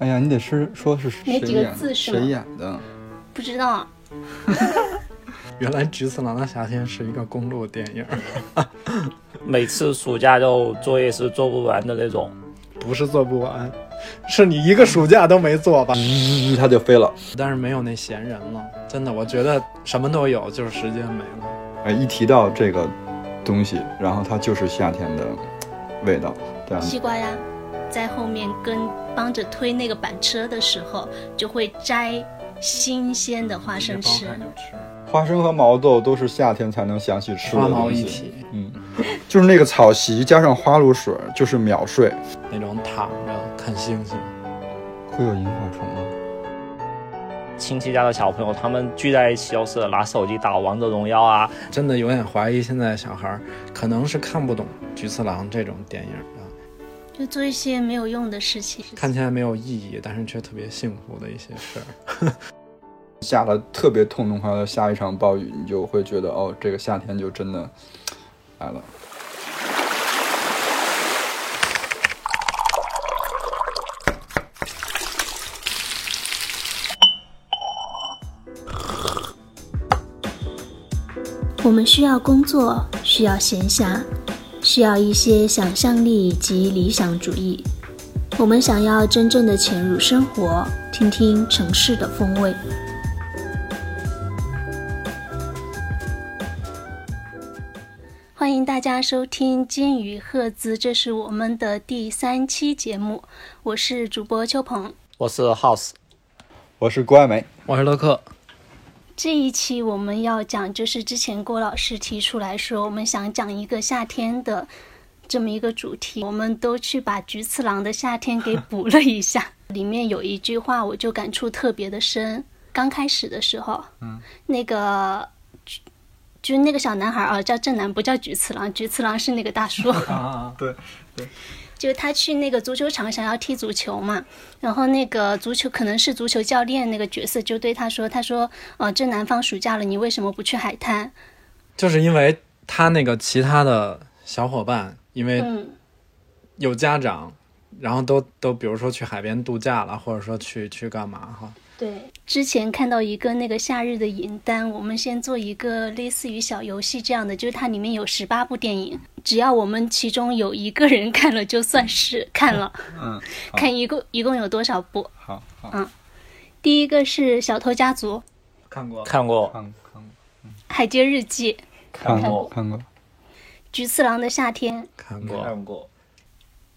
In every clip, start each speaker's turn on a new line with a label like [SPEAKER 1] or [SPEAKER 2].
[SPEAKER 1] 哎呀，你得是说是谁
[SPEAKER 2] 哪
[SPEAKER 1] 演
[SPEAKER 2] 几个字
[SPEAKER 1] 的
[SPEAKER 2] 是吗
[SPEAKER 1] 谁演的？
[SPEAKER 2] 不知道，
[SPEAKER 3] 原来《菊次郎的夏天》是一个公路电影，
[SPEAKER 4] 每次暑假就作业是做不完的那种。
[SPEAKER 3] 不是做不完，是你一个暑假都没做吧？
[SPEAKER 1] 嗯，他就飞了。
[SPEAKER 3] 但是没有那闲人了，真的，我觉得什么都有，就是时间没了。
[SPEAKER 1] 哎，一提到这个东西，然后它就是夏天的味道，对啊，
[SPEAKER 2] 西瓜呀，在后面跟帮着推那个板车的时候，就会摘新鲜的花生吃
[SPEAKER 3] 直接剥。开就吃，
[SPEAKER 1] 花生和毛豆都是夏天才能想起吃的
[SPEAKER 3] 花毛
[SPEAKER 1] 东
[SPEAKER 3] 一
[SPEAKER 1] 西。
[SPEAKER 3] 体
[SPEAKER 1] 嗯，就是那个草席加上花露水，就是秒睡。
[SPEAKER 3] 那种躺着看星星，
[SPEAKER 1] 会有萤火虫吗？
[SPEAKER 4] 亲戚家的小朋友他们聚在一起，又是拿手机打王者荣耀啊，
[SPEAKER 3] 真的有点怀疑现在小孩儿可能是看不懂菊次郎这种电影的，
[SPEAKER 2] 就做一些没有用的事情。
[SPEAKER 3] 看起来没有意义，但是却特别幸福的一些事儿。
[SPEAKER 1] 下了特别痛的话，下一场暴雨，你就会觉得哦，这个夏天就真的来了。
[SPEAKER 2] 我们需要工作，需要闲暇，需要一些想象力及理想主义。我们想要真正的潜入生活，听听城市的风味。欢迎大家收听《金鱼赫兹》，这是我们的第三期节目，我是主播秋鹏。
[SPEAKER 4] 我是 House，
[SPEAKER 1] 我是郭爱梅，
[SPEAKER 3] 我是乐克，
[SPEAKER 2] 这一期我们要讲，就是之前郭老师提出来说，我们想讲一个夏天的这么一个主题，我们都去把菊次郎的夏天给补了一下。里面有一句话，我就感触特别的深。刚开始的时候，嗯，那个就就那个小男孩啊，叫正南，不叫菊次郎，菊次郎是那个大叔。
[SPEAKER 3] 啊，对，
[SPEAKER 2] 就他去那个足球场想要踢足球嘛，然后那个足球可能是足球教练那个角色就对他说，他说，呃，这南方暑假了，你为什么不去海滩？
[SPEAKER 3] 就是因为他那个其他的小伙伴，因为
[SPEAKER 2] 嗯，
[SPEAKER 3] 有家长，然后都都比如说去海边度假了，或者说去去干嘛哈，
[SPEAKER 2] 对。之前看到一个那个夏日的影单，我们先做一个类似于小游戏这样的，就是它里面有十八部电影，只要我们其中有一个人看了，就算是看了，
[SPEAKER 1] 嗯，
[SPEAKER 2] 看一共一共有多少部。
[SPEAKER 1] 好好
[SPEAKER 2] 第一个是《小偷家族》《
[SPEAKER 3] 看过
[SPEAKER 4] 看过
[SPEAKER 1] 看看
[SPEAKER 2] 海街日记》《
[SPEAKER 1] 看
[SPEAKER 4] 看
[SPEAKER 1] 过
[SPEAKER 4] 过
[SPEAKER 1] 看过，
[SPEAKER 2] 菊次郎的夏天》《
[SPEAKER 3] 看过，
[SPEAKER 4] 过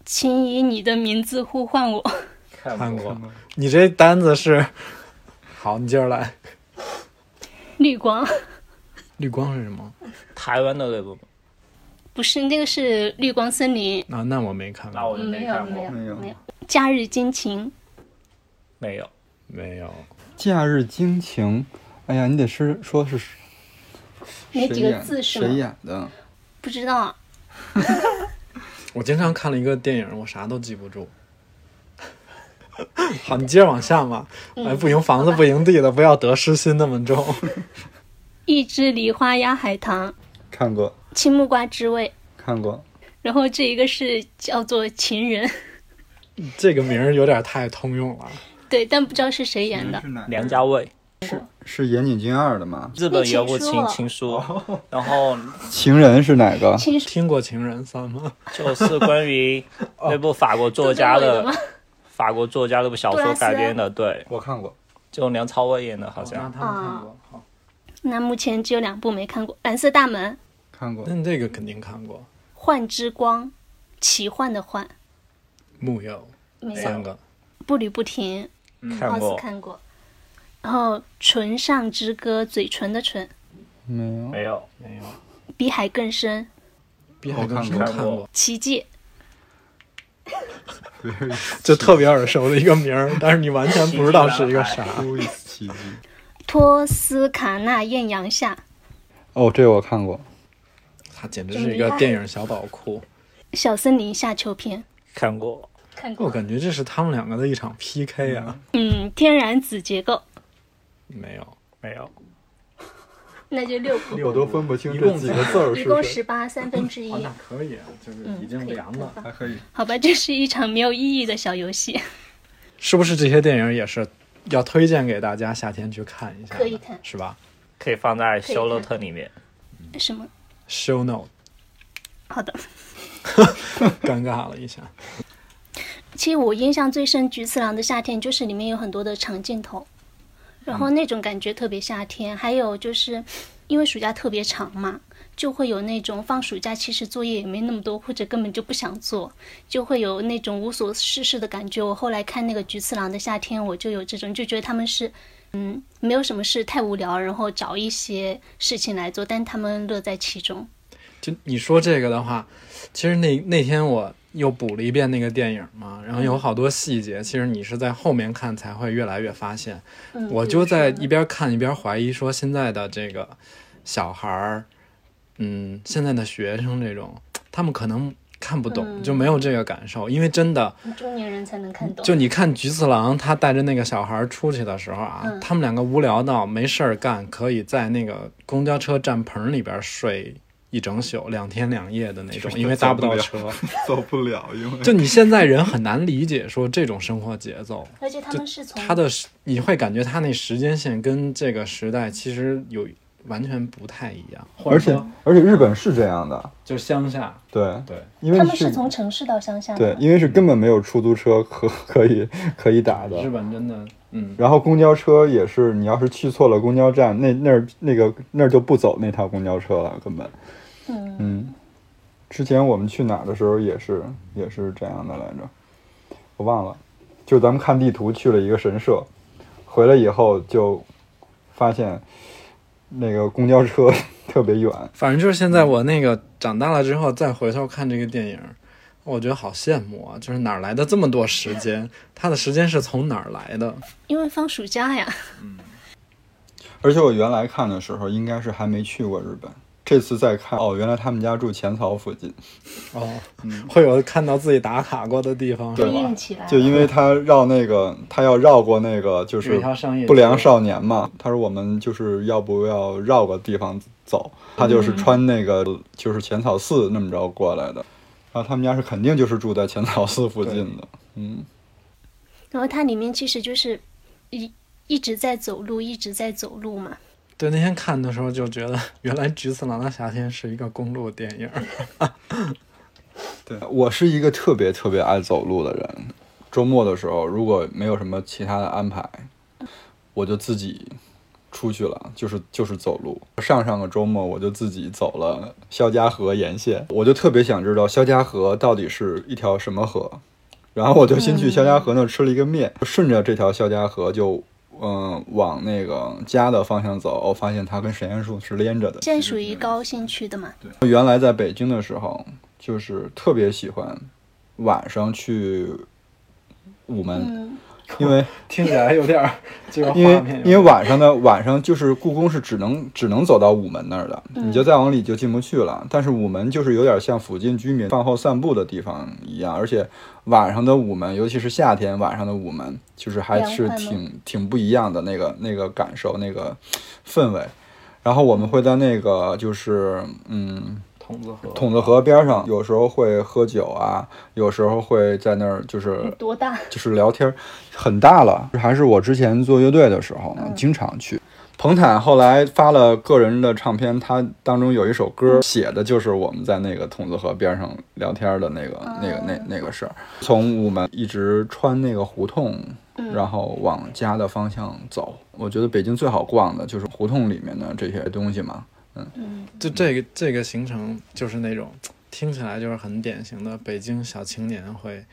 [SPEAKER 2] 请以你的名字呼唤我》。
[SPEAKER 4] 看过，
[SPEAKER 3] 你这单子是好，你接着来。
[SPEAKER 2] 绿光
[SPEAKER 3] 绿光是什么？
[SPEAKER 4] 台湾的那部，
[SPEAKER 2] 不是那个是绿光森林，
[SPEAKER 3] 啊，那我没看
[SPEAKER 4] 那我
[SPEAKER 3] 过，
[SPEAKER 4] 就
[SPEAKER 2] 没有
[SPEAKER 4] 看
[SPEAKER 2] 没
[SPEAKER 4] 过
[SPEAKER 2] 有，
[SPEAKER 1] 没有
[SPEAKER 2] 没有。假日惊情，
[SPEAKER 4] 没有。
[SPEAKER 3] 没有。
[SPEAKER 1] 假日惊情。哎呀，你得是说是谁
[SPEAKER 2] 哪几个
[SPEAKER 1] 演
[SPEAKER 2] 字是
[SPEAKER 1] 谁
[SPEAKER 2] 吗？
[SPEAKER 1] 演的？
[SPEAKER 2] 不知道，
[SPEAKER 3] 我经常看了一个电影，我啥都记不住。 好，你接着往下嘛。哎，不赢房子不赢地的，不要得失心那么重。
[SPEAKER 2] 一只梨花压海棠，
[SPEAKER 1] 看过
[SPEAKER 2] 青木瓜之味。
[SPEAKER 1] 看过，
[SPEAKER 2] 然后这一个是叫做情人，
[SPEAKER 3] 这个名儿有点太通用了。
[SPEAKER 2] 对，但不知道是谁演
[SPEAKER 1] 嗯
[SPEAKER 2] 的。
[SPEAKER 4] 梁家卫，
[SPEAKER 1] 是岩井俊二的吗？
[SPEAKER 4] 日本有部
[SPEAKER 2] 情
[SPEAKER 4] 情
[SPEAKER 2] 书
[SPEAKER 4] 情书，然后
[SPEAKER 1] 情人是哪个？
[SPEAKER 2] 情书
[SPEAKER 3] 听过《情人三》吗？
[SPEAKER 4] 就是关 于那部法国作家
[SPEAKER 2] 这是我的
[SPEAKER 4] 的
[SPEAKER 2] 吗啊
[SPEAKER 4] 法国作家那部小
[SPEAKER 2] 杜
[SPEAKER 4] 说
[SPEAKER 2] 拉斯
[SPEAKER 4] 改编的，对，
[SPEAKER 1] 我看过，
[SPEAKER 4] 就梁朝伟演的，好像。
[SPEAKER 3] 他
[SPEAKER 2] 们看
[SPEAKER 3] 过。好，
[SPEAKER 2] 那目前只有两部没看过，《蓝色大门》《
[SPEAKER 1] 看过。
[SPEAKER 3] 那这个肯定看过。
[SPEAKER 2] 幻之光》，奇幻的幻，
[SPEAKER 3] 木有
[SPEAKER 2] 没有
[SPEAKER 3] 三个，
[SPEAKER 2] 步履不停，
[SPEAKER 4] 看
[SPEAKER 2] 奥斯
[SPEAKER 4] 过
[SPEAKER 2] 看过。然后《唇上之歌》，嘴唇的唇，
[SPEAKER 1] 没有，
[SPEAKER 4] 没有？
[SPEAKER 3] 没有。哎
[SPEAKER 2] 比海更深，
[SPEAKER 3] 碧海更深
[SPEAKER 1] 我
[SPEAKER 4] 看过
[SPEAKER 3] 看过，
[SPEAKER 2] 奇迹。
[SPEAKER 3] 就特别耳熟的一个名儿，但是你完全不知道是一个啥。
[SPEAKER 1] 路易斯奇迹。
[SPEAKER 2] 托斯卡纳艳阳下，
[SPEAKER 1] 哦，这个我看过。
[SPEAKER 3] 他简直是一个电影小宝库。
[SPEAKER 2] 小森林下秋篇，
[SPEAKER 4] 看过，
[SPEAKER 2] 看
[SPEAKER 3] 我。感觉这是他们两个的一场 PK 啊。
[SPEAKER 2] 嗯，天然子结构，
[SPEAKER 3] 没有，
[SPEAKER 4] 没有？
[SPEAKER 2] 那就六部，
[SPEAKER 1] 我都分不清
[SPEAKER 3] 一共几个字
[SPEAKER 1] 儿
[SPEAKER 2] 一共十八三分之一。
[SPEAKER 3] 哦可以啊，就是
[SPEAKER 2] 嗯，可以。
[SPEAKER 1] 还可以。
[SPEAKER 2] 好吧，这是一场没有意义的小游戏。
[SPEAKER 3] 是不是这些电影也是要推荐给大家夏天去看一下的？
[SPEAKER 2] 可以看
[SPEAKER 3] 是吧
[SPEAKER 4] 可以放在
[SPEAKER 2] 可以
[SPEAKER 4] show note 里面。
[SPEAKER 2] 什么？
[SPEAKER 3] ？Show note
[SPEAKER 2] 好的。
[SPEAKER 3] 尴尬了一下，
[SPEAKER 2] 其实我印象最深《菊次郎的夏天》就是里面有很多的长镜头，然后那种感觉特别夏天。还有就是，因为暑假特别长嘛，就会有那种放暑假其实作业也没那么多，或者根本就不想做，就会有那种无所事事的感觉。我后来看那个《菊次郎的夏天》，我就有这种，就觉得他们是。嗯，没有什么事，太无聊，然后找一些事情来做，但他们乐在其中。
[SPEAKER 3] 就你说这个的话，其实那那天我又补了一遍那个电影嘛，然后有好多细节，其实你是在后面看才会越来越发现。
[SPEAKER 2] 嗯，
[SPEAKER 3] 我
[SPEAKER 2] 比如
[SPEAKER 3] 就在
[SPEAKER 2] 说
[SPEAKER 3] 一边看一边怀疑说，现在的这个小孩儿，嗯，现在的学生这种，他们可能看不懂，就没有这个感受，因为真的，
[SPEAKER 2] 中年人才能看懂，
[SPEAKER 3] 就你看菊次郎，他带着那个小孩儿出去的时候啊，
[SPEAKER 2] 嗯
[SPEAKER 3] 他们两个无聊到没事儿干，可以在那个公交车站棚里边睡一整宿、两天两夜的那种，因为搭不到车。
[SPEAKER 1] 走不了，因为
[SPEAKER 3] 就你现在人很难理解说这种生活节奏，
[SPEAKER 2] 而且他们是从
[SPEAKER 3] 他的时你会感觉他那时间线跟这个时代其实有完全不太一样，或者
[SPEAKER 1] 而且
[SPEAKER 3] 说
[SPEAKER 1] 而且日本是这样的，
[SPEAKER 3] 就乡下，
[SPEAKER 1] 对，
[SPEAKER 3] 对，
[SPEAKER 1] 因为
[SPEAKER 2] 他们是从城市到乡下的
[SPEAKER 1] 对
[SPEAKER 2] 吗，
[SPEAKER 1] 因为是根本没有出租车可 可以可以打的
[SPEAKER 3] 日，本真的，嗯，
[SPEAKER 1] 然后公交车也是，你要是去错了公交站，那那儿那个那儿就不走那趟公交车了，根本。
[SPEAKER 2] 嗯
[SPEAKER 1] 嗯，之前我们去哪儿的时候也是也是这样的来着，我忘了，就是咱们看地图去了一个神社，回来以后就发现那个公交车 特别远，
[SPEAKER 3] 反正就是现在我那个长大了之后再回头看这个电影，我觉得好羡慕啊！就是哪儿来的这么多时间？他的时间是从哪儿来的？
[SPEAKER 2] 因为放暑假呀，
[SPEAKER 1] 而且我原来看的时候应该是还没去过日本。这次再看哦，原来他们家住浅草附近，
[SPEAKER 3] 哦，会有看到自己打卡过的地方是
[SPEAKER 2] 就
[SPEAKER 3] 吧
[SPEAKER 2] 硬？起来了。
[SPEAKER 1] 就因为他绕那个，他要绕过那个，就
[SPEAKER 3] 有
[SPEAKER 1] 是
[SPEAKER 3] 一条商业街
[SPEAKER 1] 不良少年嘛。他说我们就是要不要绕个地方走？他就是
[SPEAKER 2] 嗯
[SPEAKER 1] 穿那个就是浅草寺那么着过来的。然后他们家是肯定就是住在浅草寺附近的，嗯，
[SPEAKER 2] 然后它里面其实就是一一直在走路，一直在走路嘛。
[SPEAKER 3] 对，那天看的时候就觉得，原来《菊次郎的夏天》是一个公路电影。
[SPEAKER 1] 对。我是一个特别特别爱走路的人，周末的时候如果没有什么其他的安排，我就自己出去了，就是就是走路。上上个周末我就自己走了肖家河沿线，我就特别想知道肖家河到底是一条什么河。然后我就先去肖家河那儿吃了一个面，顺着这条肖家河就嗯往那个家的方向走，我发现它跟神仙树是连着的。
[SPEAKER 2] 现在属于高新区的嘛，
[SPEAKER 1] 原来在北京的时候，就是特别喜欢晚上去午门，
[SPEAKER 2] 嗯，
[SPEAKER 1] 因为
[SPEAKER 3] 听起来有点儿，就是
[SPEAKER 1] 因
[SPEAKER 3] 画
[SPEAKER 1] 为
[SPEAKER 3] 面有
[SPEAKER 1] 因为晚上的晚上就是故宫是只能只能走到午门那儿的，
[SPEAKER 2] 嗯
[SPEAKER 1] 你就再往里就进不去了。但是午门就是有点像附近居民饭后散步的地方一样，而且晚上的午门，尤其是夏天晚上的午门，就是还是
[SPEAKER 2] 凉快吗
[SPEAKER 1] 挺挺不一样的那个那个感受那个氛围。然后我们会在那个就是嗯
[SPEAKER 3] 筒子河，
[SPEAKER 1] 筒子河边上，有时候会喝酒啊，有时候会在那儿就是
[SPEAKER 2] 多大？
[SPEAKER 1] 就是聊天儿，很大了，还是我之前做乐队的时候呢，经常去。彭坦后来发了个人的唱片，他当中有一首歌写的就是我们在那个筒子河边上聊天的那个、那个、那那个事儿。从午门一直穿那个胡同，然后往家的方向走。我觉得北京最好逛的就是胡同里面的这些东西嘛。
[SPEAKER 3] 就这个这个行程就是那种听起来就是很典型的北京小青年会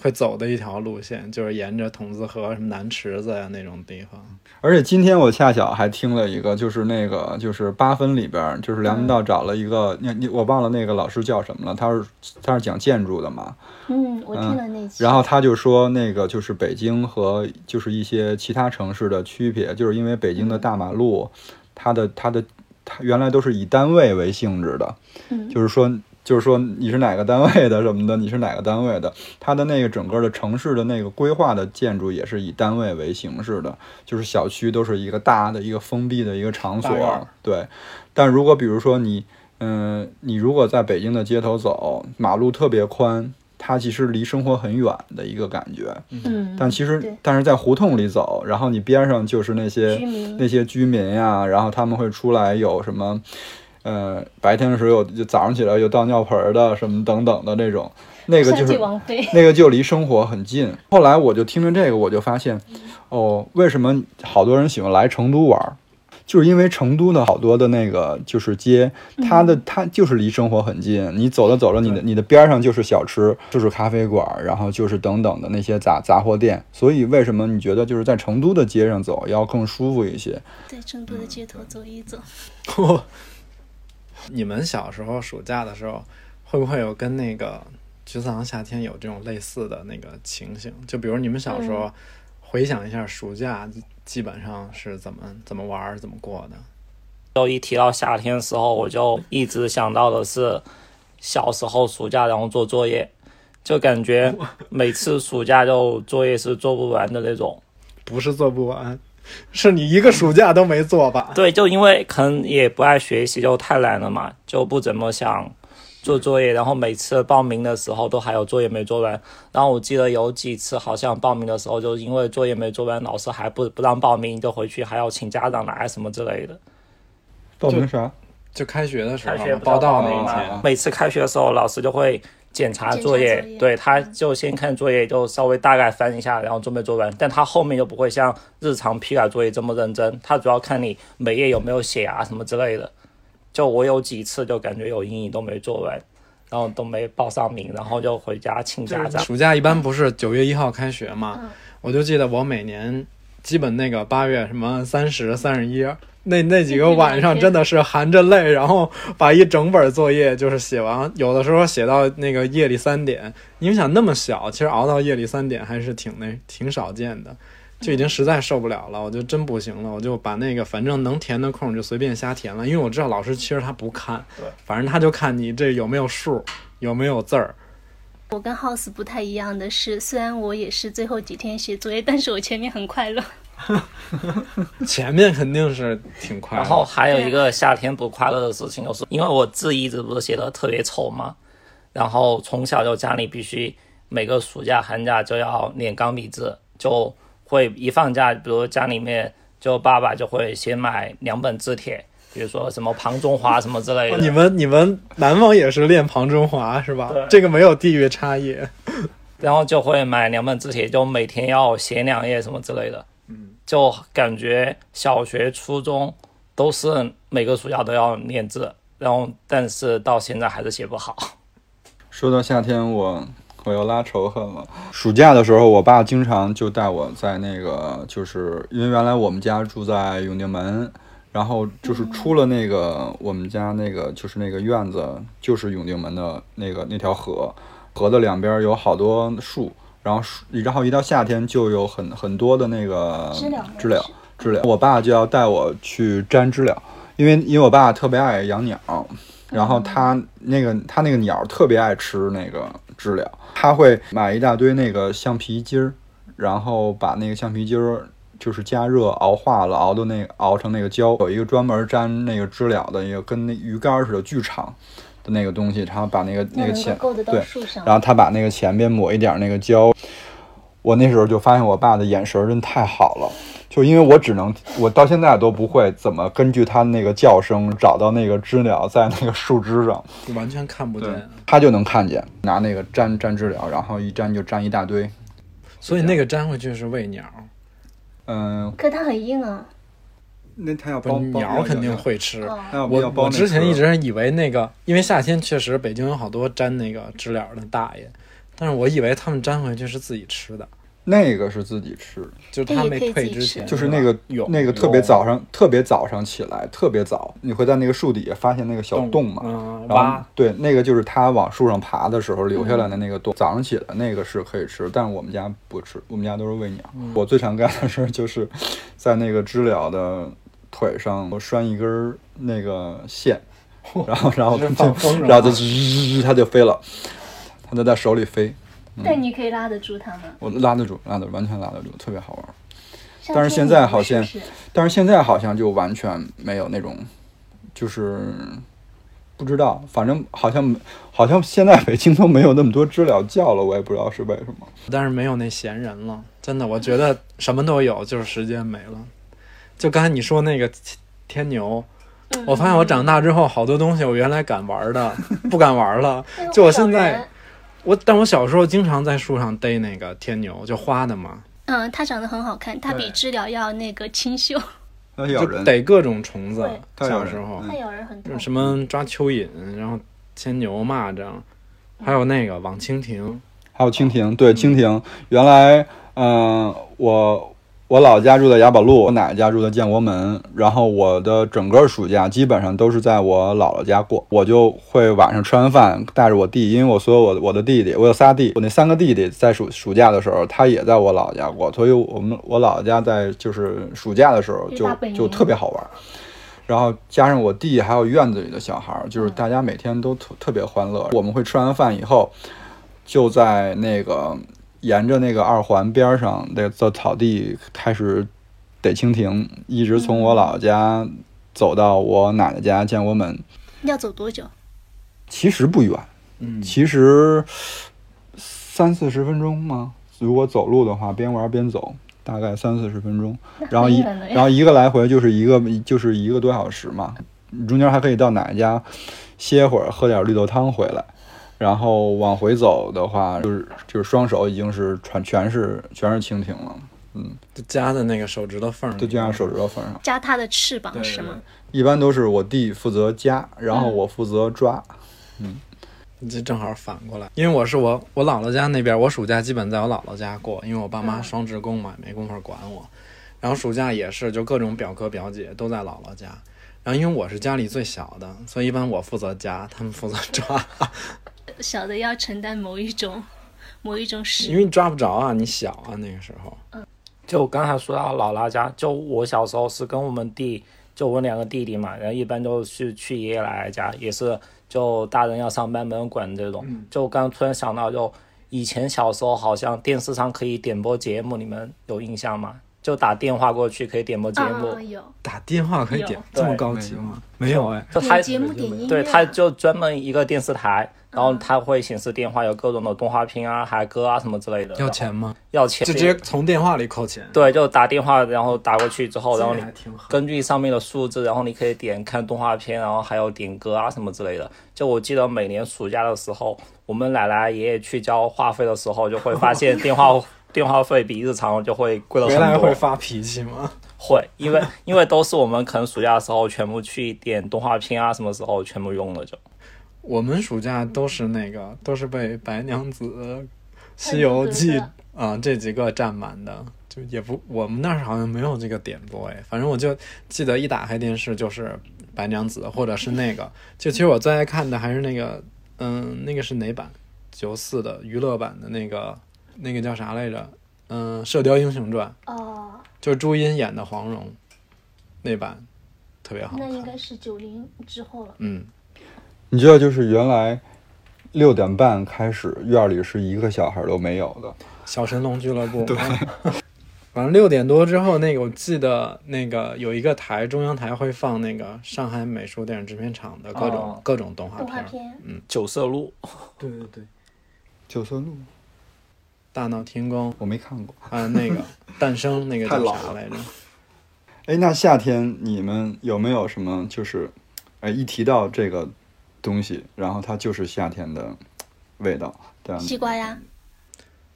[SPEAKER 3] 会走的一条路线，就是沿着筒子河什么南池子呀、那种地方。
[SPEAKER 1] 而且今天我恰巧还听了一个，就是那个就是八分里边儿，就是梁文道找了一个，你你我忘了那个老师叫什么了，他是他是讲建筑的嘛，
[SPEAKER 2] 嗯，我听了那期。
[SPEAKER 1] 然后他就说那个就是北京和就是一些其他城市的区别，就是因为北京的大马路，它的它的它原来都是以单位为性质的，
[SPEAKER 2] 嗯
[SPEAKER 1] 就是说就是说你是哪个单位的什么的，你是哪个单位的，它的那个整个的城市的那个规划的建筑也是以单位为形式的，就是小区都是一个大的一个封闭的一个场所
[SPEAKER 3] 大院儿，
[SPEAKER 1] 对。但呃如果比如说你，嗯、你如果在北京的街头走，马路特别宽，它其实离生活很远的一个感觉。
[SPEAKER 2] 嗯，
[SPEAKER 1] 但其实
[SPEAKER 2] 对，
[SPEAKER 1] 但是在胡同里走，然后你边上就是那些
[SPEAKER 2] 居民
[SPEAKER 1] 那些居民呀、然后他们会出来有什么，呃，白天的时候有就早上起来有倒尿盆儿的什么等等的那种，那个就
[SPEAKER 2] 夏季
[SPEAKER 1] 是
[SPEAKER 2] 王妃，
[SPEAKER 1] 那个就离生活很近。后来我就听着这个，我就发现，哦，为什么好多人喜欢来成都玩儿？就是因为成都的好多的那个就是街，它的它就是离生活很近。你走着走着，你的你的边儿上就是小吃，就是咖啡馆儿，然后就是等等的那些杂杂货店。所以为什么你觉得就是在成都的街上走要更舒服一些？
[SPEAKER 2] 在成都的街头走一走，
[SPEAKER 1] 嗯
[SPEAKER 3] 你们小时候暑假的时候，会不会有跟那个《菊次郎夏天》有这种类似的那个情形？就比如你们小时候，回想一下暑假基本上是怎么怎么玩儿、怎么过的？
[SPEAKER 4] 就一提到夏天的时候，我就一直想到的是小时候暑假然后做作业，就感觉每次暑假就作业是做不完的那种。
[SPEAKER 3] 不是做不完，是你一个暑假都没做吧？
[SPEAKER 4] 对，就因为可能也不爱学习，就太懒了嘛，就不怎么想做作业。然后每次报名的时候都还有作业没做完。然后我记得有几次好像报名的时候，就因为作业没做完，老师还不不让报名，就回去还要请家长来什么之类的。
[SPEAKER 1] 报名啥？
[SPEAKER 3] 就开学的时候
[SPEAKER 4] 开学
[SPEAKER 3] 嘛
[SPEAKER 4] 不
[SPEAKER 3] 报
[SPEAKER 4] 到
[SPEAKER 3] 到
[SPEAKER 4] 啊报
[SPEAKER 3] 那
[SPEAKER 4] 名
[SPEAKER 3] 一
[SPEAKER 1] 嘛
[SPEAKER 3] 天，
[SPEAKER 4] 每次开学的时候，老师就会检查
[SPEAKER 2] 检查
[SPEAKER 4] 作业，
[SPEAKER 2] 作业
[SPEAKER 4] 对，他就先看作业，就稍微大概翻一下，然后做没做完。但他后面就不会像日常批改作业这么认真，他主要看你每页有没有写啊什么之类的。就我有几次就感觉有阴影都没做完，然后都没报上名，然后就回家请家长。
[SPEAKER 3] 暑假一般不是九月一号开学嘛？我就记得我每年基本那个八月什么三十、三十一，那那几个晚上真的是含着泪，然后把一整本作业就是写完，有的时候写到那个夜里三点。你们想那么小，其实熬到夜里三点还是挺那挺少见的。就已经实在受不了了，我就真不行了，我就把那个反正能填的空就随便瞎填了，因为我知道老师其实他不看，反正他就看你这有没有数，有没有字儿，
[SPEAKER 2] 我跟 House 不太一样的是，虽然我也是最后几天写作业，但是我前面很快乐。
[SPEAKER 3] 前面肯定是挺快的，
[SPEAKER 4] 然后还有一个夏天不快乐的事情，就是因为我字一直不是写的特别丑嘛，然后从小就家里必须每个暑假寒假就要练钢笔字，就会一放假，比如家里面就爸爸就会先买两本字帖，比如说什么庞中华什么之类
[SPEAKER 3] 哦你
[SPEAKER 4] 的。
[SPEAKER 3] 们你们南方也是练庞中华是吧？这个没有地域差异。
[SPEAKER 4] 然后就会买两本字帖，就每天要写两页什么之类的。嗯，就感觉小学、初中都是每个暑假都要练字，然后但是到现在还是写不好。
[SPEAKER 1] 说到夏天，我我又拉仇恨了。暑假的时候，我爸经常就带我在那个，就是因为原来我们家住在永定门，然后就是出了那个、我们家那个就是那个院子，就是永定门的那个那条河，河的两边有好多树，然后树，然后一到夏天就有很很多的那个
[SPEAKER 2] 知了
[SPEAKER 1] 知了知了，我爸就要带我去粘知了，因为因为我爸特别爱养鸟，然后他那个他那个鸟特别爱吃那个知了，他会买一大堆那个橡皮筋儿，然后把那个橡皮筋儿就是加热熬化了，熬的那个熬成那个胶，有一个专门粘那个知了的一个跟那鱼竿似的巨长的那个东西，然后把那个那个
[SPEAKER 2] 能够
[SPEAKER 1] 前
[SPEAKER 2] 够得到
[SPEAKER 1] 对
[SPEAKER 2] 树上
[SPEAKER 1] 然，后他把那个前边抹一点那个胶。我那时候就发现我爸的眼神儿真太好了，就因为我只能，我到现在都不会怎么根据他那个叫声找到那个知了在那个树枝上，
[SPEAKER 3] 你完全看不见，
[SPEAKER 1] 他就能看见，拿那个粘粘知了，然后一粘就粘一大堆。
[SPEAKER 3] 所以那个粘回去是喂鸟，
[SPEAKER 1] 嗯，
[SPEAKER 2] 可它很硬啊。
[SPEAKER 1] 那他要
[SPEAKER 3] 不是鸟肯定，会吃。
[SPEAKER 2] 哦
[SPEAKER 1] 他要
[SPEAKER 3] 我
[SPEAKER 1] 要包
[SPEAKER 3] 我
[SPEAKER 1] 那
[SPEAKER 3] 之前
[SPEAKER 1] 壳
[SPEAKER 3] 一直以为那个，因为夏天确实北京有好多粘那个知了的大爷，但是我以为他们粘回去是自己吃的，
[SPEAKER 1] 那个是自己吃，
[SPEAKER 3] 就是他没
[SPEAKER 2] 对也可以自己
[SPEAKER 3] 退之前，
[SPEAKER 2] 吃
[SPEAKER 1] 就是那个
[SPEAKER 3] 有
[SPEAKER 1] 那个特别早上特别早上起来特别早，你会在那个树底下发现那个小洞嘛，
[SPEAKER 3] 嗯，
[SPEAKER 1] 然后
[SPEAKER 3] 挖
[SPEAKER 1] 对，那个就是它往树上爬的时候留下来的那个洞。早上起来那个是可以吃，但是我们家不吃，我们家都是喂鸟。
[SPEAKER 3] 嗯
[SPEAKER 1] 我最常干的事儿就是在那个知了的腿上我拴一根儿那个线，然后然后
[SPEAKER 3] 这是
[SPEAKER 1] 就
[SPEAKER 3] 放风筝啊
[SPEAKER 1] 然后就吱它就飞了，它就在手里飞。
[SPEAKER 2] 但你可以拉得住它吗？
[SPEAKER 1] 我拉得住，拉得住，完全拉得住，特别好玩儿。
[SPEAKER 2] 夏
[SPEAKER 1] 但是
[SPEAKER 2] 天
[SPEAKER 1] 现
[SPEAKER 2] 你
[SPEAKER 1] 在
[SPEAKER 2] 们
[SPEAKER 1] 好
[SPEAKER 2] 是
[SPEAKER 1] 像
[SPEAKER 2] 不是
[SPEAKER 1] 但是现在好像就完全没有那种，就是不知道，反正好像好像现在北京都没有那么多知了叫了，我也不知道是为什么。
[SPEAKER 3] 但是没有那闲人了，真的，我觉得什么都有，就是时间没了。就刚才你说那个天牛，
[SPEAKER 2] 嗯
[SPEAKER 3] 我发现我长大之后好多东西我原来敢玩的不敢玩了，就我现在我但我小时候经常在树上逮那个天牛，就花的嘛，
[SPEAKER 2] 嗯，它长得很好看，它比
[SPEAKER 3] 对
[SPEAKER 2] 知了要那个清秀，
[SPEAKER 1] 它咬
[SPEAKER 3] 就
[SPEAKER 1] 人，
[SPEAKER 3] 逮各种虫子
[SPEAKER 2] 对。
[SPEAKER 1] 它咬
[SPEAKER 3] 小
[SPEAKER 1] 人
[SPEAKER 3] 时候
[SPEAKER 1] 嗯
[SPEAKER 2] 它咬人很
[SPEAKER 3] 就
[SPEAKER 2] 痛
[SPEAKER 3] 是。什么抓蚯蚓，然后牵牛、蚂蚱，还有那个网蜻蜓，
[SPEAKER 1] 还有蜻蜓，
[SPEAKER 2] 嗯
[SPEAKER 1] 对蜻蜓，原来，嗯、我我老家住在雅宝路，我奶奶家住在建国门，然后我的整个暑假基本上都是在我姥姥家过，我就会晚上吃完饭带着我弟，因为我所有我的我的弟弟，我有仨弟，我那三个弟弟在暑暑假的时候，他也在我姥姥家过，所以我们我姥姥家在就是暑假的时候
[SPEAKER 2] 对
[SPEAKER 1] 就
[SPEAKER 2] 大本营
[SPEAKER 1] 就特别好玩。然后加上我弟还有院子里的小孩儿，
[SPEAKER 2] 嗯
[SPEAKER 1] 就是大家每天都特特别欢乐。我们会吃完饭以后，就在那个沿着那个二环边儿上的的草地开始逮蜻蜓，一直从我姥姥家走到我奶奶家建国门，
[SPEAKER 2] 要走多久？
[SPEAKER 1] 其实不远，
[SPEAKER 3] 嗯
[SPEAKER 1] 其实三四十分钟吗？如果走路的话，边玩边走，大概三四十分钟，然后一
[SPEAKER 2] 很远了呀
[SPEAKER 1] 然后一个来回就是一个就是一个多小时嘛，中间还可以到奶奶家歇会儿，喝点绿豆汤回来。然后往回走的话，就是就是双手已经是全全是全是蜻蜓了，
[SPEAKER 3] 就夹在那个手指头缝儿里，
[SPEAKER 1] 就这样手指头缝上。
[SPEAKER 2] 夹它的翅膀
[SPEAKER 3] 对
[SPEAKER 2] 是吗？？
[SPEAKER 1] 一般都是我弟负责夹，然后我负责抓。
[SPEAKER 3] 对这正好反过来，因为我是我我姥姥家那边，我暑假基本在我姥姥家过，因为我爸妈双职工嘛，没工夫管我。然后暑假也是，就各种表哥表姐都在姥姥家。然后因为我是家里最小的，所以一般我负责夹，他们负责抓，
[SPEAKER 2] 小的要承担某一种某一种使
[SPEAKER 3] 因为你抓不着啊，你小啊那个时候。
[SPEAKER 4] 就刚才说到姥姥家，就我小时候是跟我们弟，就我两个弟弟嘛，然后一般都是去爷爷奶奶家，也是就大人要上班没人管这种。
[SPEAKER 2] 嗯
[SPEAKER 4] 就刚突然想到，就以前小时候好像电视上可以点播节目，你们有印象吗？就打电话过去可以点播节目，
[SPEAKER 2] 啊有
[SPEAKER 3] 打电话可以
[SPEAKER 2] 有
[SPEAKER 3] 点
[SPEAKER 4] 对
[SPEAKER 3] 这么高级吗？没有哎，
[SPEAKER 4] 就他
[SPEAKER 2] 有节目啊点音乐，
[SPEAKER 4] 对，它就专门一个电视台，然后它会显示电话有各种的动画片啊、海歌啊什么之类的。
[SPEAKER 3] 要钱吗？
[SPEAKER 4] 要钱，
[SPEAKER 3] 就直接从电话里扣钱。
[SPEAKER 4] 对，就打电话，然后打过去之后，然后你
[SPEAKER 3] 还挺好。
[SPEAKER 4] 根据上面的数字，然后你可以点看动画片，然后还有点歌啊什么之类的。就我记得每年暑假的时候，我们奶奶爷爷去交话费的时候，就会发现 电话电话费比日常就会贵了
[SPEAKER 3] 回来
[SPEAKER 4] 很
[SPEAKER 3] 会
[SPEAKER 4] 多。
[SPEAKER 3] 发脾气吗？
[SPEAKER 4] 会，因为因为都是我们可能暑假的时候全部去点动画片啊，什么时候全部用了就。
[SPEAKER 3] 我们暑假都是那个，都是被《白娘子》 《西游记》啊、这几个占满的，就也不我们那儿好像没有这个点播哎，反正我就记得一打开电视就是《白娘子》，或者是那 个，就其实我最爱看的还是那个，嗯，那个是哪版？九四的娱乐版的那个，那个叫啥来着？嗯，《射雕英雄传》
[SPEAKER 2] 哦，
[SPEAKER 3] 就是朱茵演的黄蓉那版，特别好
[SPEAKER 2] 那应
[SPEAKER 3] 看。
[SPEAKER 2] 该是九零之后了。
[SPEAKER 3] 嗯，
[SPEAKER 1] 你知道，就是原来六点半开始，院儿里是一个小孩儿都没有的。
[SPEAKER 3] 小神龙俱乐部。对， 反正六点多之后，那个我记得那个有一个台，中央台会放那个上海美术电影制片厂的各种、
[SPEAKER 4] 哦
[SPEAKER 3] 各种动画
[SPEAKER 2] 动
[SPEAKER 3] 片
[SPEAKER 2] 画
[SPEAKER 3] 儿。
[SPEAKER 2] 片
[SPEAKER 4] 九色鹿，
[SPEAKER 3] 对对对，
[SPEAKER 1] 九色鹿
[SPEAKER 3] 大闹天宫
[SPEAKER 1] 我没看过。
[SPEAKER 3] 还有 那个诞生那个
[SPEAKER 1] 太
[SPEAKER 3] 叫
[SPEAKER 1] 老
[SPEAKER 3] 啥
[SPEAKER 1] 了
[SPEAKER 3] 来着？
[SPEAKER 1] 哎，那夏天你们有没有什么就是，哎，一提到这个呃东西，然后它就是夏天的味道，这样
[SPEAKER 2] 西瓜呀，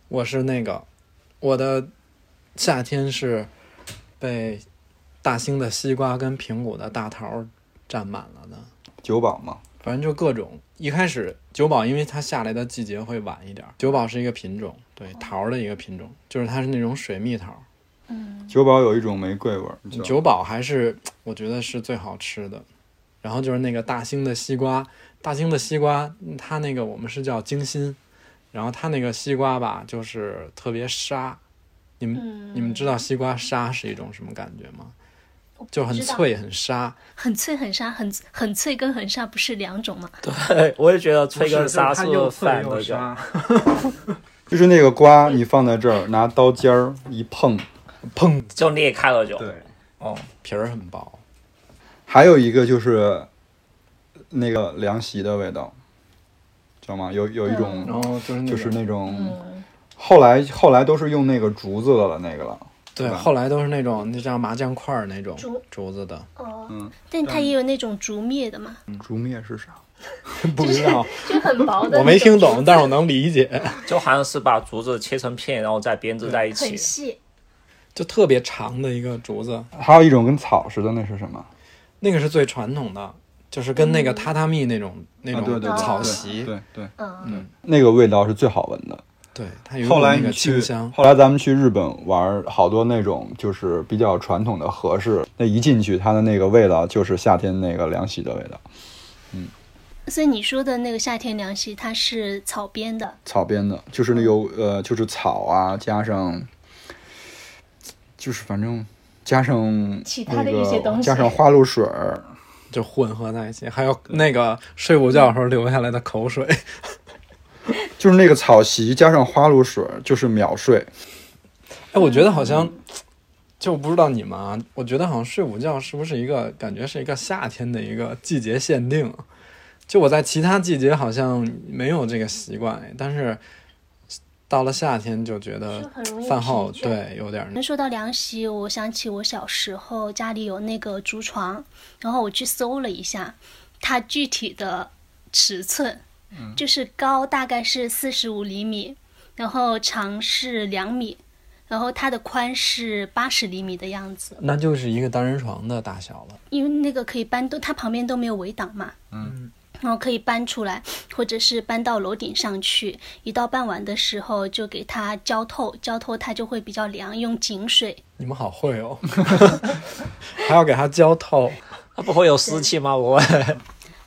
[SPEAKER 3] 我是那个我的夏天是被大兴的西瓜跟平谷的大桃儿占满了的。
[SPEAKER 1] 九宝嘛，
[SPEAKER 3] 反正就各种。一开始九宝，因为它下来的季节会晚一点儿，九宝是一个品种，对桃儿的一个品种，就是它是那种水蜜桃儿。
[SPEAKER 2] 嗯
[SPEAKER 1] 九宝有一种玫瑰味儿。你知道吗
[SPEAKER 3] 九宝还是我觉得是最好吃的。然后就是那个大兴的西瓜，大兴的西瓜，嗯它那个我们是叫精心，然后它那个西瓜吧，就是特别沙。你们、
[SPEAKER 2] 嗯，
[SPEAKER 3] 你们知道西瓜沙是一种什么感觉吗？
[SPEAKER 2] 我不
[SPEAKER 3] 就很
[SPEAKER 2] 知道，
[SPEAKER 3] 脆很沙，
[SPEAKER 2] 很脆很沙，很很脆跟很沙不是两种吗？
[SPEAKER 4] 对，我也觉得吹跟沙是反的就。
[SPEAKER 1] 就是那个瓜，你放在这儿，拿刀尖儿一碰，
[SPEAKER 3] 砰，
[SPEAKER 4] 就裂开了就。
[SPEAKER 1] 对。
[SPEAKER 4] 哦，
[SPEAKER 3] 皮儿很薄。
[SPEAKER 1] 还有一个就是那个凉席的味道，知道吗？有有一种、
[SPEAKER 3] 然后
[SPEAKER 1] 就
[SPEAKER 3] 就是那种
[SPEAKER 1] 是那种，
[SPEAKER 2] 嗯
[SPEAKER 1] 后来后来都是用那个竹子的了那个了。
[SPEAKER 3] 对，
[SPEAKER 1] 吧
[SPEAKER 3] 后来都是那种那叫麻酱块儿那种
[SPEAKER 2] 竹
[SPEAKER 3] 竹子的，
[SPEAKER 2] 哦，
[SPEAKER 1] 嗯
[SPEAKER 2] 但它也有那种竹篾的 嘛，
[SPEAKER 1] 竹篾是啥？
[SPEAKER 3] 不知道
[SPEAKER 2] 就很薄的，
[SPEAKER 3] 我没听懂，，但是我能理解，
[SPEAKER 4] 就好像是把竹子切成片，然后再编织在一
[SPEAKER 2] 很
[SPEAKER 4] 起。
[SPEAKER 2] 细，
[SPEAKER 3] 就特别长的一个竹子，
[SPEAKER 1] 还有一种跟草似的，那是什么？
[SPEAKER 3] 那个是最传统的，就是跟那个榻榻米那种那
[SPEAKER 1] 啊，对对
[SPEAKER 3] 种
[SPEAKER 1] 对，
[SPEAKER 3] 草
[SPEAKER 1] 对
[SPEAKER 3] 席，
[SPEAKER 1] 对对，
[SPEAKER 2] 嗯，
[SPEAKER 1] 那个味道是最好闻的。
[SPEAKER 3] 对它有一
[SPEAKER 1] 后
[SPEAKER 3] 种
[SPEAKER 1] 来
[SPEAKER 3] 那
[SPEAKER 1] 你
[SPEAKER 3] 个
[SPEAKER 1] 去
[SPEAKER 3] 清香，，
[SPEAKER 1] 后来咱们去日本玩，好多那种就是比较传统的和式，那一进去它的那个味道就是夏天那个凉席的味道，
[SPEAKER 2] 所以你说的那个夏天凉席，它是草编的，
[SPEAKER 1] 草编的，就是那有呃就是草啊，加上就是反正加上、那个、
[SPEAKER 2] 其他的一些东西
[SPEAKER 1] 加上花露水儿，
[SPEAKER 3] 就混合在一起，还有那个睡午觉的时候流下来的口水，
[SPEAKER 1] 就是那个草席加上花露水儿，就是秒睡。
[SPEAKER 3] 哎，我觉得好
[SPEAKER 2] 嗯
[SPEAKER 3] 像。就不知道你们啊，我觉得好像睡午觉是不是一个感觉是一个夏天的一个季节限定？啊就我在其他季节好像没有这个习惯，哎但是到了夏天就觉
[SPEAKER 2] 就
[SPEAKER 3] 得
[SPEAKER 2] 很容易
[SPEAKER 3] 饭后
[SPEAKER 2] 疲倦嗯
[SPEAKER 3] 对有点儿
[SPEAKER 2] 能说到凉席，我想起我小时候家里有那个竹床，然后我去搜了一下，它具体的尺寸，就是高大概是四十五厘米，然后长是两米，然后它的宽是八十厘米的样子，
[SPEAKER 3] 那就是一个单人床的大小了。
[SPEAKER 2] 因为那个可以搬都，它旁边都没有围挡嘛，
[SPEAKER 1] 嗯，
[SPEAKER 2] 然后可以搬出来，或者是搬到楼顶上去。一到傍晚的时候就给它浇透，浇透它就会比较凉，用井水
[SPEAKER 3] 你们好会哦， 还要给它浇透。
[SPEAKER 4] 它不会有湿气吗？我问。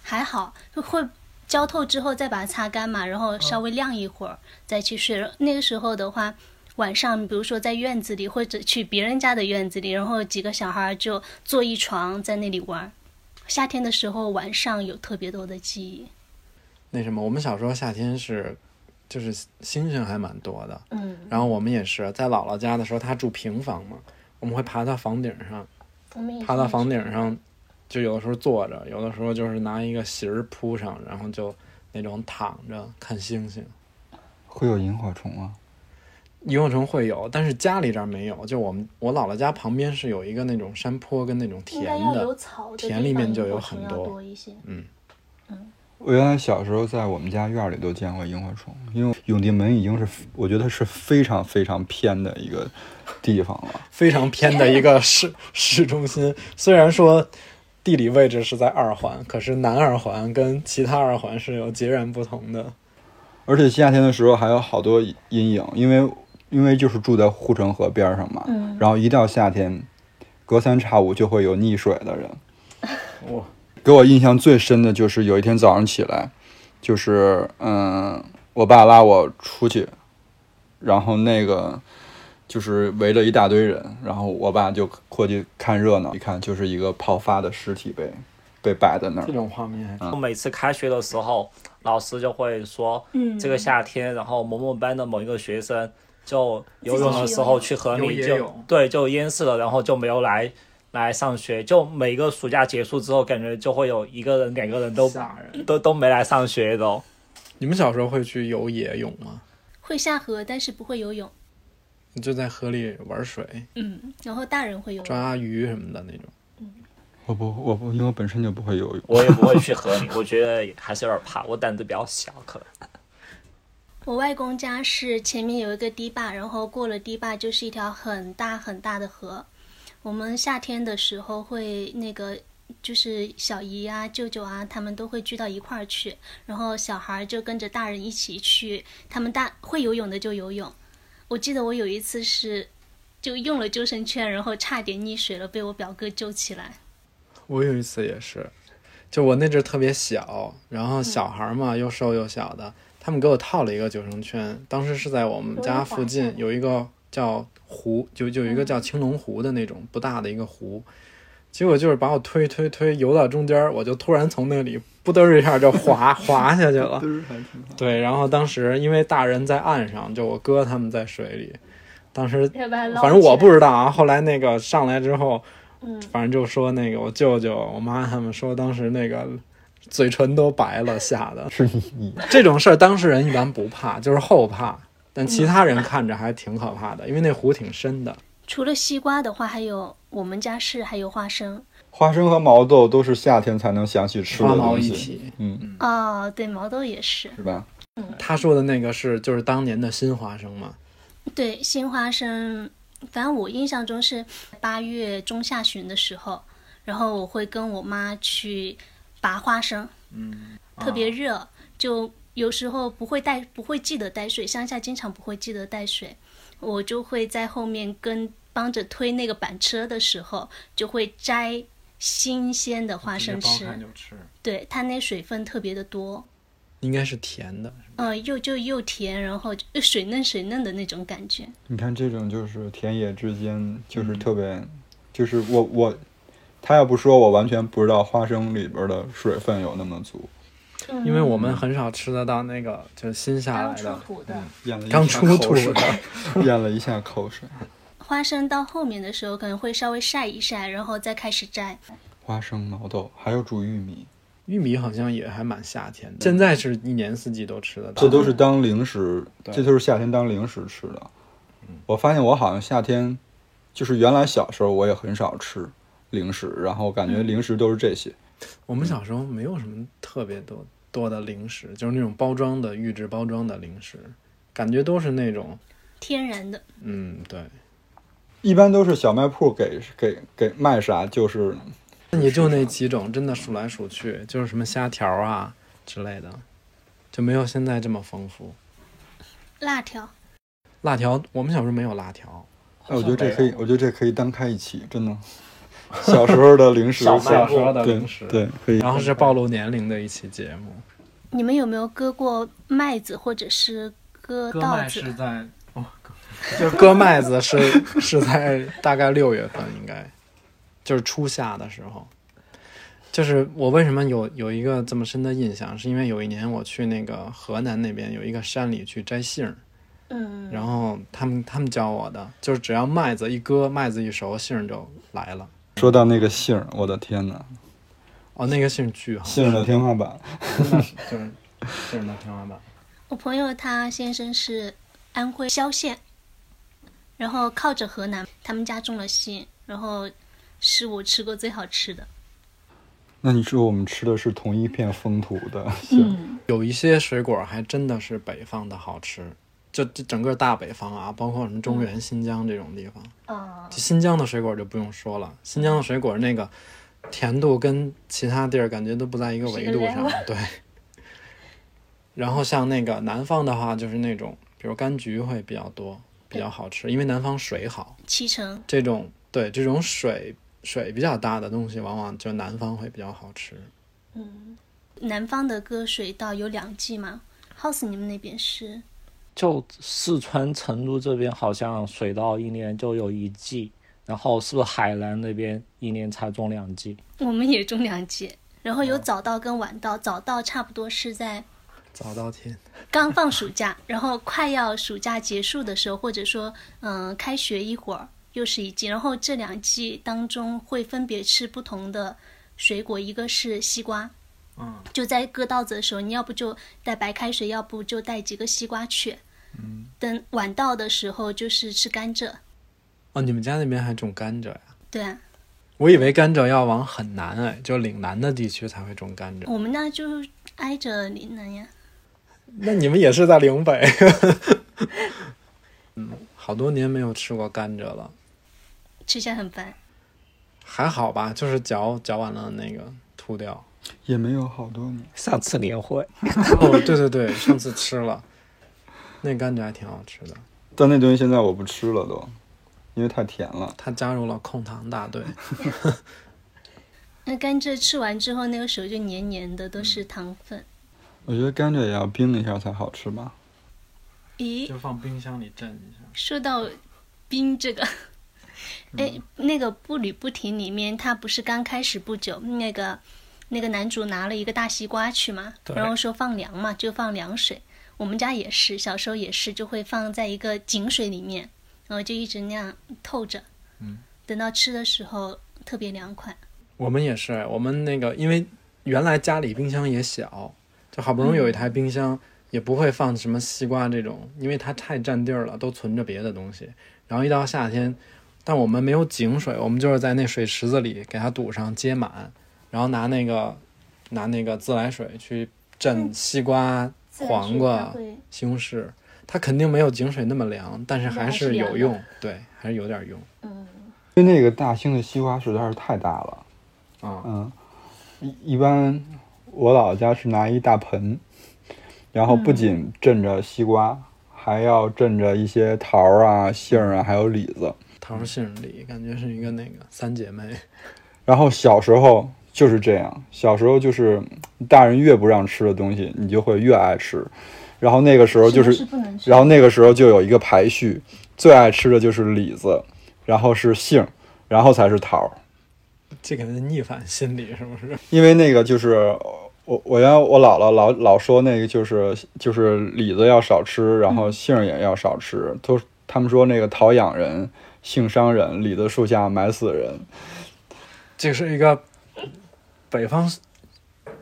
[SPEAKER 2] 还好，会浇透之后再把它擦干嘛，然后稍微晾一会儿、再去睡。那个时候的话，晚上比如说在院子里或者去别人家的院子里，然后几个小孩儿就坐一床在那里玩。夏天的时候晚上有特别多的记忆，
[SPEAKER 3] 那什么，我们小时候夏天是，就是星星还蛮多的。
[SPEAKER 2] 嗯，
[SPEAKER 3] 然后我们也是在姥姥家的时候，她住平房嘛，我们会爬到房顶上，
[SPEAKER 2] 我们也
[SPEAKER 3] 爬到房顶上，就有的时候坐着，有的时候就是拿一个席儿铺上，然后就那种躺着看星星。
[SPEAKER 1] 会有萤火虫啊，
[SPEAKER 3] 萤火虫会有，但是家里这儿没有。就我们我姥姥家旁边是有一个那种山坡跟那种田的，
[SPEAKER 2] 草的
[SPEAKER 3] 地田里方面就有很多萤火虫要多
[SPEAKER 2] 一些。
[SPEAKER 1] 我原来小时候在我们家院儿里都见过萤火虫，因为永定门已经是我觉得是非常非常偏的一个地方了。
[SPEAKER 3] 非常偏的一个市 市中心。虽然说地理位置是在二环，可是南二环跟其他二环是有截然不同的。
[SPEAKER 1] 而且夏天的时候还有好多阴影，因为因为就是住在护城河边儿上嘛，
[SPEAKER 2] 嗯
[SPEAKER 1] 然后一到夏天，隔三差五就会有溺水的 人。
[SPEAKER 3] 哇，
[SPEAKER 1] 给我印象最深的就是有一天早上起来，就是嗯，我爸拉我出去，然后那个就是围了一大堆人，然后我爸就过去看热闹，一看就是一个泡发的尸体被被摆在那儿
[SPEAKER 3] 这。种画面，
[SPEAKER 4] 每次开学的时候，老师就会说，
[SPEAKER 2] 嗯
[SPEAKER 4] 这个夏天，然后某某班的某一个学生就游泳的时候去河
[SPEAKER 3] 自己
[SPEAKER 4] 里
[SPEAKER 3] 去游
[SPEAKER 4] 就对就淹死了，然后就没有来来上学。就每个暑假结束之后，感觉就会有一个人、两个人都
[SPEAKER 3] 吓人。
[SPEAKER 4] 都都没来上学哦都。
[SPEAKER 3] 你们小时候会去游野泳吗？
[SPEAKER 2] 会下河，但是不会游泳。
[SPEAKER 3] 就在河里玩水、
[SPEAKER 2] 嗯，然后大人会游泳。
[SPEAKER 3] 抓鱼什么的那种。
[SPEAKER 1] 我不我不，因为我本身就不会游泳。
[SPEAKER 4] 我也不会去河里， 我觉得还是有点怕，我胆子比较小，可能。
[SPEAKER 2] 我外公家是前面有一个堤坝，然后过了堤坝就是一条很大很大的河。我们夏天的时候会那个，就是小姨啊、舅舅啊，他们都会聚到一块儿去，然后小孩儿就跟着大人一起去，他们大会游泳的就游泳。我记得我有一次是就用了救生圈，然后差点溺水了，被我表哥救起来。
[SPEAKER 3] 我有一次也是，就我那阵儿特别小，然后小孩儿嘛又瘦又小的，他们给我套了一个救生圈。当时是在我们家附近有一个叫湖，就就有一个叫青龙湖的那种不大的一个湖，结果就是把我推推推游到中间儿，我就突然从那里不嘚儿一下就滑滑下去了。对，然后当时因为大人在岸上，就我哥他们在水里，当时反正我不知道啊。后来那个上来之后，
[SPEAKER 2] 嗯
[SPEAKER 3] 反正就说那个我舅舅、我妈他们说，当时那个嘴唇都白了，吓得
[SPEAKER 1] 是你
[SPEAKER 3] 这种事儿当事人一般不怕，就是后怕，但
[SPEAKER 2] 嗯
[SPEAKER 3] 其他人看着还挺可怕的，因为那湖挺深的。
[SPEAKER 2] 除了西瓜的话，还有我们家是还有花生
[SPEAKER 1] 花生和毛豆都是夏天才能想起吃
[SPEAKER 3] 花
[SPEAKER 1] 的
[SPEAKER 3] 毛
[SPEAKER 1] 东
[SPEAKER 3] 一
[SPEAKER 1] 西，
[SPEAKER 3] 体，
[SPEAKER 1] 嗯，
[SPEAKER 2] 哦，对，毛豆也是，
[SPEAKER 1] 是吧？
[SPEAKER 3] 他说的那个是就是当年的新花生嘛，
[SPEAKER 2] 对，新花生，反正我印象中是八月中下旬的时候，然后我会跟我妈去拔花生，嗯，特别
[SPEAKER 3] 啊
[SPEAKER 2] 热，就有时候不会带，不会记得带水，乡下经常不会记得带水，我就会在后面跟帮着推那个板车的时候，就会摘新鲜的花生吃，
[SPEAKER 3] 就吃，
[SPEAKER 2] 对，它那水分特别的多，
[SPEAKER 3] 应该是甜的，
[SPEAKER 2] 呃，又就又甜，然后就水嫩水嫩的那种感觉。
[SPEAKER 1] 你看这种就是田野之间，就是特别，嗯就是我我，他要不说我完全不知道花生里边的水分有那么足，
[SPEAKER 2] 嗯
[SPEAKER 3] 因为我们很少吃得到那个就是新下来的，嗯
[SPEAKER 1] 咽了一
[SPEAKER 3] 刚
[SPEAKER 1] 下
[SPEAKER 3] 出
[SPEAKER 1] 口
[SPEAKER 3] 土
[SPEAKER 1] 水
[SPEAKER 3] 的，
[SPEAKER 1] 咽了一下口水。
[SPEAKER 2] 花生到后面的时候可能会稍微晒一晒，然后再开始摘。
[SPEAKER 1] 花生、毛豆，还有煮玉米，
[SPEAKER 3] 玉米好像也还蛮夏天的，现在是一年四季都吃得到。
[SPEAKER 1] 这都是当零食，
[SPEAKER 3] 对
[SPEAKER 1] 这都是夏天当零食吃的。我发现我好像夏天，就是原来小时候我也很少吃零食，然后感觉零食都是这些。
[SPEAKER 3] 我
[SPEAKER 1] 嗯
[SPEAKER 3] 们小时候没有什么特别多多的零食，就是那种包装的预制包装的零食，感觉都是那种，
[SPEAKER 2] 天然的，
[SPEAKER 3] 嗯，对，
[SPEAKER 1] 一般都是小卖铺给给给卖啥就是
[SPEAKER 3] 那也就那几种，真的数来数去，就是什么虾条啊之类的，就没有现在这么丰富。
[SPEAKER 2] 辣条，
[SPEAKER 3] 辣条，我们小时候没有辣条，
[SPEAKER 1] 哎，我觉得这可以，我觉得这可以单开一期，真的。 小时候的零食，
[SPEAKER 4] 小卖
[SPEAKER 3] 小
[SPEAKER 4] 部
[SPEAKER 3] 时候的
[SPEAKER 1] 对
[SPEAKER 3] 零食，，
[SPEAKER 1] 对，可以。
[SPEAKER 3] 然后是暴露年龄的一期节目。
[SPEAKER 2] 你们有没有割过麦子或者是割稻子？
[SPEAKER 3] 在哦， 就是割麦子是是在大概六月份，应该就是初夏的时候。就是我为什么有有一个这么深的印象，是因为有一年我去那个河南那边有一个山里去摘杏儿，
[SPEAKER 2] 嗯，
[SPEAKER 3] 然后他们他们教我的，就是只要麦子一割，麦子一熟，杏儿就来了。
[SPEAKER 1] 说到那个杏儿，我的天呐，
[SPEAKER 3] 哦，那个杏儿巨好，
[SPEAKER 1] 杏儿的天花板，
[SPEAKER 3] 就是杏儿的天花板。
[SPEAKER 2] 我朋友他先生是安徽萧县，然后靠着河南，他们家种了杏，然后是我吃过最好吃的。
[SPEAKER 1] 那你说我们吃的是同一片风土的 杏儿？
[SPEAKER 3] 有一些水果还真的是北方的好吃，就这整个大北方啊，包括什么中原、新疆这种地方，
[SPEAKER 2] 啊、
[SPEAKER 3] 就新疆的水果就不用说了，新疆的水果那个甜度跟其他地儿感觉都不在一个维度上，对。然后像那个南方的话，就是那种比如柑橘会比较多，比较好吃，因为南方水好，
[SPEAKER 2] 脐橙，
[SPEAKER 3] 这种对这种水水比较大的东西，往往就南方会比较好吃。
[SPEAKER 2] 南方的割水稻有两季嘛？House，你们那边是？
[SPEAKER 4] 就四川成都这边好像水稻一年就有一季，然后是不是海南那边一年才种两季？
[SPEAKER 2] 我们也种两季，然后有早稻跟晚稻，早稻差不多是在
[SPEAKER 3] 早稻田，
[SPEAKER 2] 刚放暑假，然后快要暑假结束的时候，或者说嗯、开学一会儿，又是一季。然后这两季当中会分别吃不同的水果，一个是西瓜，
[SPEAKER 3] 嗯，
[SPEAKER 2] 就在割稻子的时候，你要不就带白开水，要不就带几个西瓜去。嗯，等晚稻的时候就是吃甘蔗，
[SPEAKER 3] 哦，你们家那边还种甘蔗呀？
[SPEAKER 2] 对啊，
[SPEAKER 3] 我以为甘蔗要往很南哎，就岭南的地区才会种甘蔗。
[SPEAKER 2] 我们那就挨着岭南呀。
[SPEAKER 3] 那你们也是在岭北？ 嗯，好多年没有吃过甘蔗了，
[SPEAKER 2] 吃起来很烦，
[SPEAKER 3] 还好吧，就是嚼嚼完了那个吐掉。
[SPEAKER 1] 也没有好多年。
[SPEAKER 4] 上次年会，
[SPEAKER 3] 哦，对对对，上次吃了， 那甘蔗还挺好吃的，
[SPEAKER 1] 但那东西现在我不吃了都，因为太甜了。
[SPEAKER 3] 它加入了控糖大队。
[SPEAKER 2] 那甘蔗吃完之后，那个手就黏黏的，都是糖分。
[SPEAKER 1] 我觉得甘蔗也要冰一下才好吃吧。
[SPEAKER 2] 咦，
[SPEAKER 3] 放冰箱里镇一下。
[SPEAKER 2] 说到冰这个，
[SPEAKER 1] 嗯
[SPEAKER 2] 哎，那个《步履不停》里面，他不是刚开始不久，那个那个男主拿了一个大西瓜去嘛，
[SPEAKER 4] 对
[SPEAKER 2] 然后说放凉嘛，就放凉水。我们家也是，小时候也是，就会放在一个井水里面，然后就一直那样透着，
[SPEAKER 1] 嗯
[SPEAKER 2] 等到吃的时候特别凉快。
[SPEAKER 3] 我们也是，我们那个因为原来家里冰箱也小，就好不容易有一台冰箱，也不会放什么西瓜这种，因为它太占地儿了，都存着别的东西。然后一到夏天，但我们没有井水，我们就是在那水池子里给它堵上接满，然后拿那个拿那个自来水去
[SPEAKER 2] 嗯
[SPEAKER 3] 镇西瓜、
[SPEAKER 2] 自来水
[SPEAKER 3] 黄
[SPEAKER 2] 它
[SPEAKER 3] 瓜、
[SPEAKER 2] 会
[SPEAKER 3] 西红柿。它肯定没有井水那么凉，但是
[SPEAKER 2] 但还
[SPEAKER 3] 还
[SPEAKER 2] 是
[SPEAKER 3] 是
[SPEAKER 2] 凉
[SPEAKER 3] 有
[SPEAKER 2] 的
[SPEAKER 3] 用，对，还是有点用
[SPEAKER 2] 嗯
[SPEAKER 1] 因为那个大兴的西瓜实在是太大了，
[SPEAKER 3] 啊。
[SPEAKER 1] 嗯，一一般我姥姥家是拿一大盆，然后不仅镇着西瓜，还要镇着一些桃儿啊、杏儿啊，还有李子。
[SPEAKER 3] 桃儿杏儿李，感觉是一个那个三姐妹。
[SPEAKER 1] 然后小时候就是这样，小时候就是大人越不让吃的东西，你就会越爱吃。然后那个时候就
[SPEAKER 2] 什么
[SPEAKER 1] 是
[SPEAKER 2] 是不能吃
[SPEAKER 1] 然后那个时候就有一个排序，最爱吃的就是李子，然后是杏，然后才是桃儿。
[SPEAKER 3] 这个逆反心理是不是？
[SPEAKER 1] 因为那个就是我我原来我姥姥老老说那个就是就是李子要少吃，然
[SPEAKER 3] 嗯
[SPEAKER 1] 后杏儿也要少吃，都他们说那个桃养人，杏伤人，李子树下埋死人。
[SPEAKER 3] 这是一个北方，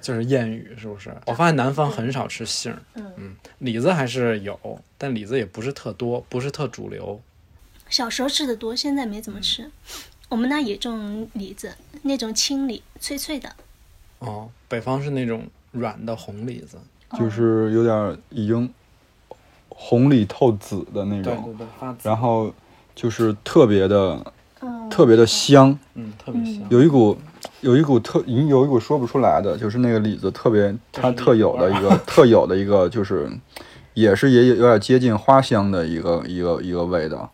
[SPEAKER 3] 就是谚语，是不是？我发现南方很少吃杏儿，
[SPEAKER 2] 嗯，
[SPEAKER 3] 李子还是有，但李子也不是特多，不是特主流。
[SPEAKER 2] 小时候吃的多，现在没怎么吃。
[SPEAKER 1] 嗯
[SPEAKER 2] 我们那也种李子，那种青李，脆脆的。
[SPEAKER 3] 哦，北方是那种软的红李子。
[SPEAKER 1] 就是有点儿已经红里透紫的那
[SPEAKER 3] 对
[SPEAKER 1] 种，
[SPEAKER 3] 对对，发紫，
[SPEAKER 1] 然后就是特别的
[SPEAKER 2] 嗯，
[SPEAKER 1] 特别的香，
[SPEAKER 3] 嗯，特别香。
[SPEAKER 1] 有一股有一股特有一股说不出来的，就是那个李子特别它特有的一个特有的一个就是也是也有有点接近花香的一个一个一个味道。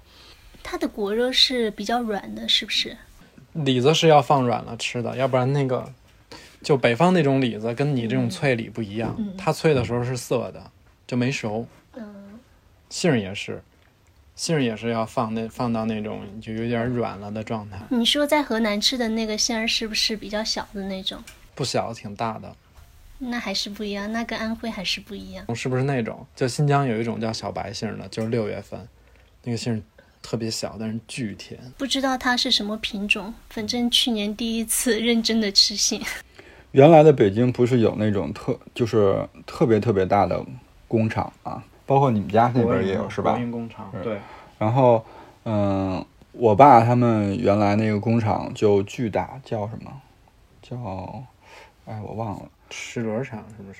[SPEAKER 2] 它的果肉是比较软的，是不是？
[SPEAKER 3] 李子是要放软了吃的，要不然那个就北方那种李子跟你这种脆李不一样，它脆的时候是涩的，就没熟。
[SPEAKER 2] 嗯，
[SPEAKER 3] 杏儿也是，杏儿也是要放那放到那种就有点软了的状态，
[SPEAKER 2] 你说在河南吃的那个杏儿是不是比较小的那种？
[SPEAKER 3] 不小挺大的，
[SPEAKER 2] 那还是不一样，那跟安徽还是不一样。
[SPEAKER 3] 是不是那种？就新疆有一种叫小白杏儿的，就是六月份，那个杏儿特别小，但是巨甜。
[SPEAKER 2] 不知道它是什么品种，反正去年第一次认真的吃杏。
[SPEAKER 1] 原来的北京不是有那种特就是特别特别大的工厂啊，包括你们家那边也有是吧？嗯
[SPEAKER 3] 国营工厂，对，
[SPEAKER 1] 然后，嗯，我爸他们原来那个工厂就巨大，叫什么？叫，哎，我忘了，
[SPEAKER 3] 石轮厂啊是不是？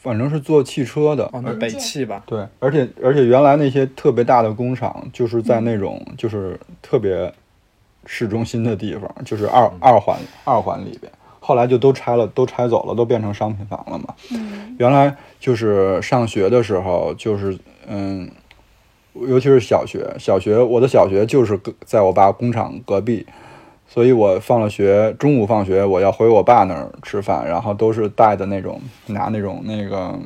[SPEAKER 1] 反正是做汽车的。
[SPEAKER 3] 哦，那
[SPEAKER 1] 而
[SPEAKER 3] 北汽吧，
[SPEAKER 1] 对，而且而且原来那些特别大的工厂，就是在那种、就是特别市中心的地方，就是二二环二环里边。后来就都拆了，都拆走了，都变成商品房了嘛。
[SPEAKER 2] 嗯
[SPEAKER 1] 原来就是上学的时候，就是嗯，尤其是小学，小学我的小学就是隔在我爸工厂隔壁，所以我放了学，中午放学我要回我爸那儿吃饭，然后都是带的那种拿那种那个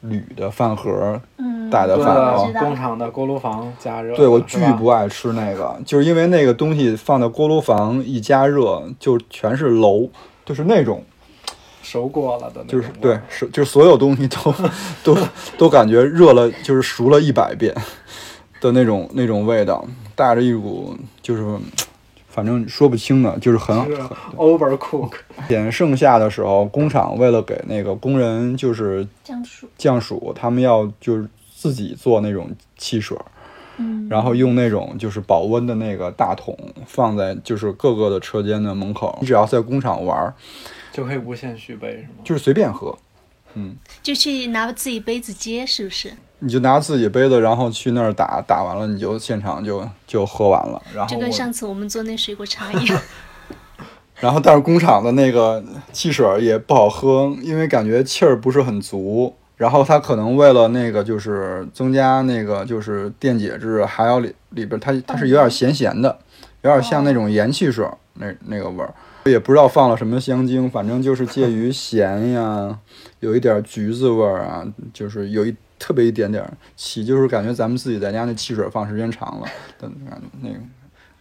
[SPEAKER 1] 铝的饭盒
[SPEAKER 2] 嗯，
[SPEAKER 1] 带的
[SPEAKER 3] 对啊
[SPEAKER 1] 饭啊
[SPEAKER 3] 的
[SPEAKER 1] 盒
[SPEAKER 2] 知。道
[SPEAKER 3] 工厂的锅炉房加热的，
[SPEAKER 1] 对我
[SPEAKER 3] 是
[SPEAKER 1] 巨
[SPEAKER 3] 吧
[SPEAKER 1] 不爱吃那个，就是因为那个东西放到锅炉房一加热，就全是楼，就是那种
[SPEAKER 3] 熟过了的那种，
[SPEAKER 1] 就是对，是就是所有东西都都都感觉热了，就是熟了一百遍的那种那种味道，带着一股就是反正说不清的，就是很
[SPEAKER 3] 是啊 overcook，
[SPEAKER 1] 点盛夏的时候，工厂为了给那个工人就是
[SPEAKER 2] 降暑。
[SPEAKER 1] 降暑，他们要就是自己做那种汽水儿，
[SPEAKER 2] 嗯，
[SPEAKER 1] 然后用那种就是保温的那个大桶放在就是各个的车间的门口，你只要在工厂玩儿，
[SPEAKER 3] 就可以无限续杯是吗？
[SPEAKER 1] 就是随便喝。
[SPEAKER 2] 就去拿自己杯子接，是不是？
[SPEAKER 1] 你就拿自己杯子，然后去那儿打，打完了你就现场就就喝完了。然后
[SPEAKER 2] 就
[SPEAKER 1] 我
[SPEAKER 2] 跟上次我们做那水果茶一样。
[SPEAKER 1] 然后但是工厂的那个汽水儿也不好喝，因为感觉气儿不是很足。然后它可能为了那个就是增加那个就是电解质，还有里里边它它是有点咸咸的，有点像那种盐汽水儿那那个味儿，也不知道放了什么香精，反正就是介于咸呀，有一点橘子味儿啊，就是有一特别一点点儿起，就是感觉咱们自己在家那汽水儿放时间长了的感觉那个。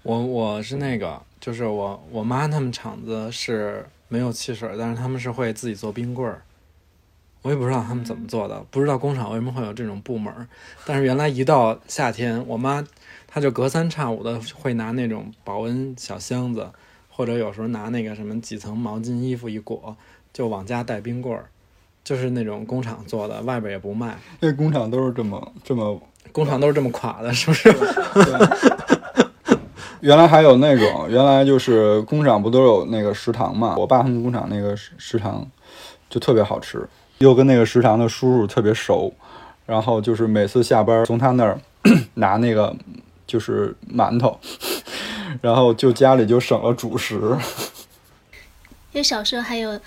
[SPEAKER 3] 我我是那个，就是我我妈他们厂子是没有汽水儿，但是他们是会自己做冰棍儿。我也不知道他们怎么做的，不知道工厂为什么会有这种部门儿。但是原来一到夏天，我妈她就隔三差五的会拿那种保温小箱子，或者有时候拿那个什么几层毛巾衣服一裹，就往家带冰棍儿，就是那种工厂做的，外边也不卖，
[SPEAKER 1] 因为工厂都是这么这么。
[SPEAKER 3] 工厂都是这么垮的，是不 是？
[SPEAKER 1] 原来还有那种，原来就是工厂不都有那个食堂嘛？我爸他们工厂那个食食堂就特别好吃，又跟那个食堂的叔叔特别熟，然后就是每次下班从他那儿 拿那个就是馒头， 然后就家里就省了主食。
[SPEAKER 2] 因为小时候还有，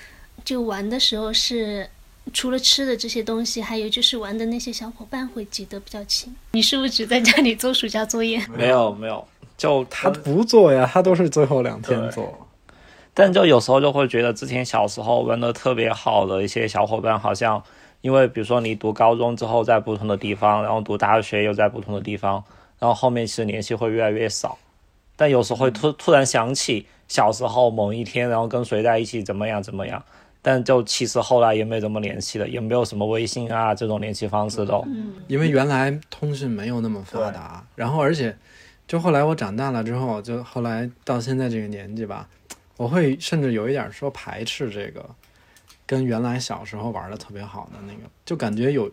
[SPEAKER 2] 就玩的时候是除了吃的这些东西，还有就是玩的那些小伙伴会记得比较清。你是不是只在家里做暑假作业？
[SPEAKER 4] 没有没有，就
[SPEAKER 3] 他
[SPEAKER 4] 他，
[SPEAKER 3] 不做呀，他都是最后两天做。
[SPEAKER 4] 但就有时候就会觉得之前小时候玩的特别好的一些小伙伴，好像因为比如说你读高中之后在不同的地方，然后读大学又在不同的地方，然后后面其实联系会越来越少。但有时候会突突然想起小时候某一天，然后跟谁在一起怎么样怎么样，但就其实后来也没怎么联系了，也没有什么微信啊这种联系方式都。
[SPEAKER 3] 因为原来通讯没有那么发达，然后而且，就后来我长大了之后，就后来到现在这个年纪吧，我会甚至有一点说排斥这个，跟原来小时候玩的特别好的那个，就感觉有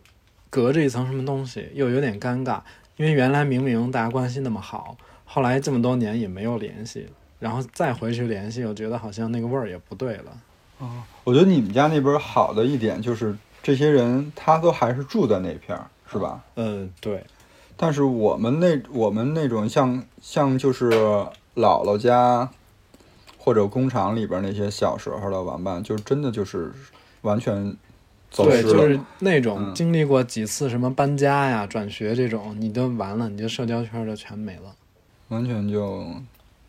[SPEAKER 3] 隔着一层什么东西，又有点尴尬，因为原来明明大家关系那么好，后来这么多年也没有联系，然后再回去联系，我觉得好像那个味儿也不对了。
[SPEAKER 1] 我觉得你们家那边好的一点就是这些人他都还是住在那片儿，是吧？
[SPEAKER 3] 嗯，对，
[SPEAKER 1] 但是我们那我们那种像像就是姥姥家或者工厂里边那些小时候的玩伴，就真的就是完全走
[SPEAKER 3] 对，
[SPEAKER 1] 失
[SPEAKER 3] 就
[SPEAKER 1] 了。
[SPEAKER 3] 是那种
[SPEAKER 1] 嗯
[SPEAKER 3] 经历过几次什么搬家呀、转学这种，你都完了，你这社交圈就全没了。
[SPEAKER 1] 完全就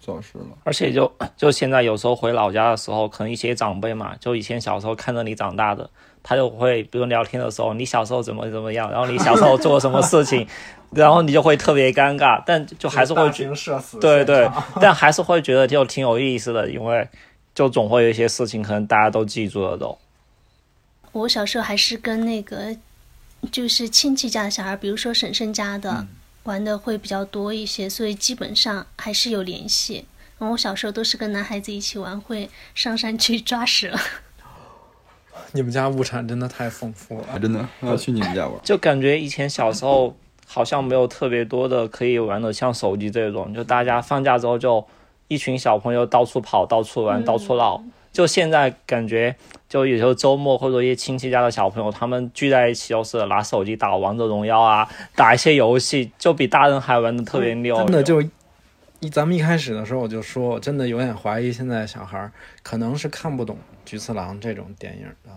[SPEAKER 1] 走失了。
[SPEAKER 4] 而且就就现在有时候回老家的时候，可能一些长辈嘛，就以前小时候看着你长大的，他就会比如聊天的时候，你小时候怎么怎么样，然后你小时候做了什么事情，然后你就会特别尴尬，但就还是会觉
[SPEAKER 3] 社死
[SPEAKER 4] 对对，但还是会觉得就挺有意思的，因为就总会有一些事情可能大家都记住了都。
[SPEAKER 2] 我小时候还是跟那个就是亲戚家的小孩，比如说婶婶家的、
[SPEAKER 3] 嗯
[SPEAKER 2] 玩的会比较多一些，所以基本上还是有联系。然后我小时候都是跟男孩子一起玩，会上山去抓蛇。
[SPEAKER 3] 你们家物产真的太丰富
[SPEAKER 1] 哎，
[SPEAKER 3] 了。
[SPEAKER 1] 真的，我要去你们家 玩。
[SPEAKER 4] 就感觉以前小时候好像没有特别多的可以玩的，像手机这种，就大家放假之后就一群小朋友到处跑、到处
[SPEAKER 3] 嗯
[SPEAKER 4] 玩、到处闹。就现在感觉，就有时候周末或者一些亲戚家的小朋友，他们聚在一起都是拿手机打王者荣耀啊，打一些游戏，就比大人还玩的特别溜。
[SPEAKER 3] 真的就一，咱们一开始的时候我就说，我真的有点怀疑现在小孩儿可能是看不懂《菊次郎》这种电影的，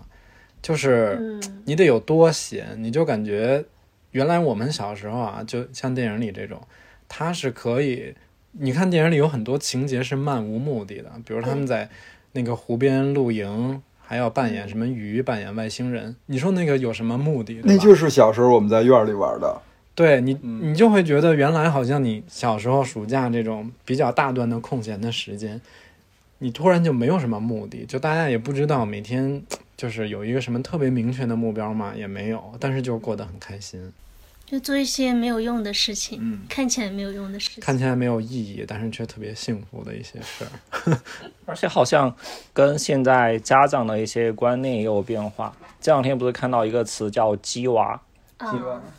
[SPEAKER 3] 就是
[SPEAKER 2] 嗯，
[SPEAKER 3] 你得有多闲，你就感觉原来我们小时候啊，就像电影里这种，它是可以，你看电影里有很多情节是漫无目的的，比如他们在那个湖边露营，还要扮演什么鱼，扮演外星人，你说那个有什么目的？
[SPEAKER 1] 那
[SPEAKER 3] 对吧
[SPEAKER 1] 就是小时候我们在院里玩的，
[SPEAKER 3] 对你，你就会觉得原来好像你小时候暑假这种比较大段的空闲的时间，你突然就没有什么目的，就大家也不知道每天就是有一个什么特别明确的目标嘛，也没有，但是就过得很开心，
[SPEAKER 2] 就做一些没有用的事情，
[SPEAKER 3] 嗯
[SPEAKER 2] 看起来没有用的事情。
[SPEAKER 3] 看起来没有意义，但是却特别幸福的一些事儿。
[SPEAKER 4] 而且好像跟现在家长的一些观念也有变化。这两天不是看到一个词叫“鸡娃
[SPEAKER 2] 啊，”，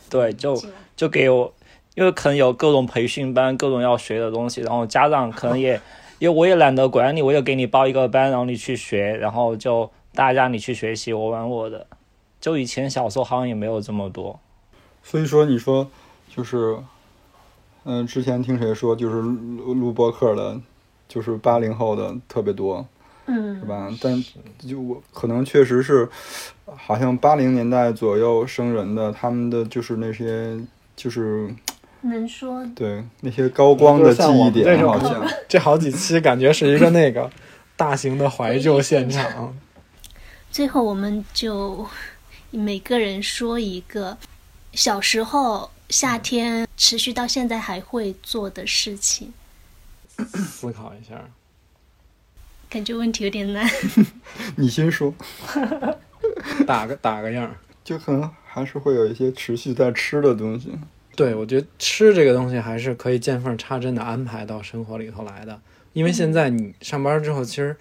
[SPEAKER 4] 对，就
[SPEAKER 2] 记得
[SPEAKER 4] 就给我，因为可能有各种培训班，各种要学的东西，然后家长可能也，因为我也懒得管你，我也给你报一个班，然后你去学，然后就大家你去学习，我玩我的。就以前小时候好像也没有这么多，
[SPEAKER 1] 所以说你说就是，嗯、之前听谁说就是录录播客的，就是八零后的特别多，是
[SPEAKER 2] 嗯，
[SPEAKER 1] 吧？但就我可能确实是，好像八零年代左右生人的，他们的就是那些就是
[SPEAKER 2] 能说
[SPEAKER 1] 对那些高光的记忆点，
[SPEAKER 3] 就是像我
[SPEAKER 1] 好
[SPEAKER 3] 们这种
[SPEAKER 1] 像
[SPEAKER 3] 这好几期感觉是一个那个大型的怀旧现场，
[SPEAKER 2] 最后我们就每个人说一个小时候夏天持续到现在还会做的事情，
[SPEAKER 3] 思考一下。
[SPEAKER 2] 感觉问题有点难。
[SPEAKER 1] 你先说，
[SPEAKER 3] 打个打个样儿。
[SPEAKER 1] 就可能还是会有一些持续在吃的东西。
[SPEAKER 3] 对，我觉得吃这个东西还是可以见缝插针的安排到生活里头来的，因为现在你上班之后，其实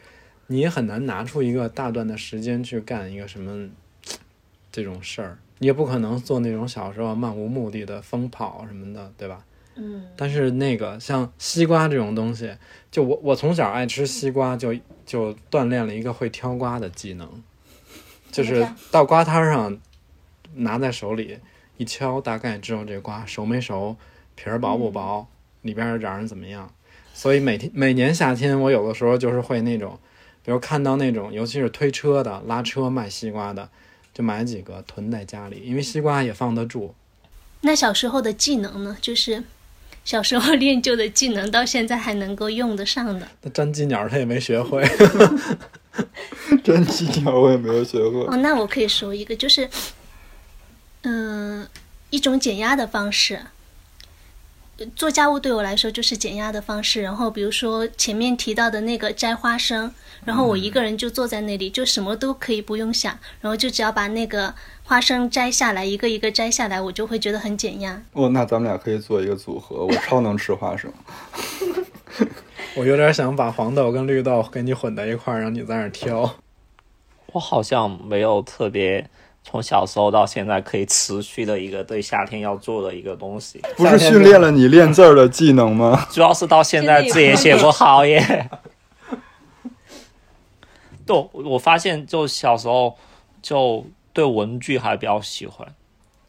[SPEAKER 3] 你也很难拿出一个大段的时间去干一个什么这种事儿，你也不可能做那种小时候漫无目的的疯跑什么的，对吧？
[SPEAKER 2] 嗯，
[SPEAKER 3] 但是那个像西瓜这种东西，就我我从小爱吃西瓜就，就锻炼了一个会挑瓜的技能，就
[SPEAKER 2] 怎么
[SPEAKER 3] 是
[SPEAKER 2] 讲
[SPEAKER 3] 到瓜摊儿上拿在手里一敲，大概知道这瓜熟没熟，皮儿薄不
[SPEAKER 2] 嗯
[SPEAKER 3] 薄，里边儿瓤儿怎么样。所以每天每年夏天，我有的时候就是会那种，比如看到那种，尤其是推车的、拉车卖西瓜的，就买几个囤在家里，因为西瓜也放得住。
[SPEAKER 2] 那小时候的技能呢？就是小时候练就的技能，到现在还能够用得上的。
[SPEAKER 3] 那粘鸡鸟儿它也没学会。
[SPEAKER 1] 粘鸡鸟我也没有学会。
[SPEAKER 2] 哦，那我可以说一个，就是，嗯、一种减压的方式。呃做家务对我来说就是减压的方式。然后比如说前面提到的那个摘花生，然后我一个人就坐在那里，就什么都可以不用想，然后就只要把那个花生摘下来，一个一个摘下来，我就会觉得很减压。
[SPEAKER 1] 哦，那咱们俩可以做一个组合，我超能吃花生。
[SPEAKER 3] 我有点想把黄豆跟绿豆给你混在一块儿，让你在那儿挑。
[SPEAKER 4] 我好像没有特别从小时候到现在可以持续的一个对夏天要做的一个东西，
[SPEAKER 1] 不是训练了你练字儿的技能吗？
[SPEAKER 4] 主要是到现在字也写不好耶。对，我我发现就小时候就对文具还比较喜欢，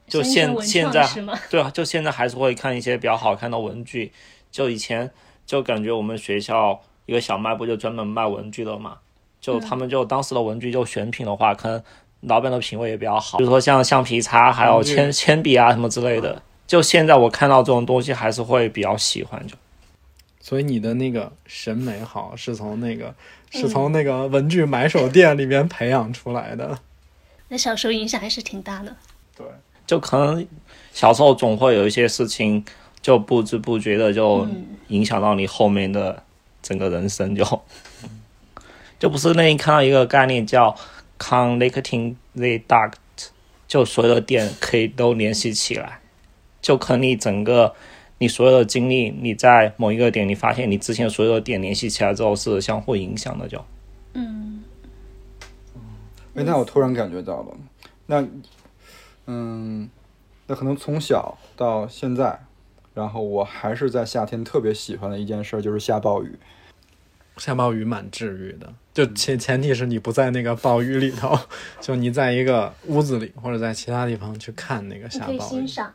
[SPEAKER 4] 就
[SPEAKER 2] 所以你
[SPEAKER 4] 现
[SPEAKER 2] 是文
[SPEAKER 4] 现
[SPEAKER 2] 创
[SPEAKER 4] 在
[SPEAKER 2] 是吗？
[SPEAKER 4] 对啊，就现在还是会看一些比较好看的文具。就以前就感觉我们学校一个小卖部就专门卖文具的嘛，
[SPEAKER 2] 嗯
[SPEAKER 4] 就他们就当时的文具就选品的话，可能老板的品味也比较好，比如说像橡皮擦，还有
[SPEAKER 3] 文具嗯
[SPEAKER 4] 铅铅笔啊什么之类的。就现在我看到这种东西还是会比较喜欢，就
[SPEAKER 3] 所以你的那个审美好是从那个是从那个文具买手店里面培养出来的。
[SPEAKER 2] 那小时候影响还是挺大的。
[SPEAKER 3] 对，
[SPEAKER 4] 就可能小时候总会有一些事情，就不知不觉的就影响到你后面的整个人生就，就、不是那天看到一个概念叫 connecting the duct，就所有的点可以都联系起来，就可能你整个你所有的经历，你在某一个点，你发现你之前所有的点联系起来之后是相互影响的就，
[SPEAKER 2] 嗯，
[SPEAKER 1] 哎，那我突然感觉到了，那，嗯，那可能从小到现在，然后我还是在夏天特别喜欢的一件事儿就是下暴雨。
[SPEAKER 3] 下暴雨蛮治愈的，就前前提是你不在那个暴雨里头， 就你在一个屋子里或者在其他地方去看那个
[SPEAKER 2] 你
[SPEAKER 3] 下
[SPEAKER 2] 可以
[SPEAKER 3] 暴雨
[SPEAKER 2] 欣。赏。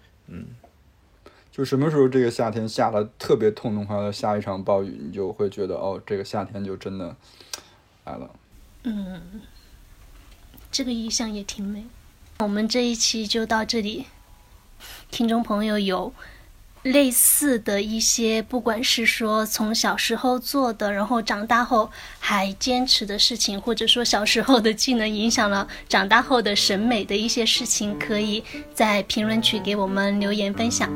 [SPEAKER 1] 就什么时候这个夏天下了特别痛痛快快的下一场暴雨，你就会觉得哦，这个夏天就真的来了。
[SPEAKER 2] 嗯，这个意象也挺美。我们这一期就到这里。听众朋友有类似的一些，不管是说从小时候做的，然后长大后还坚持的事情，或者说小时候的技能影响了长大后的审美的一些事情，可以在评论区给我们留言分享。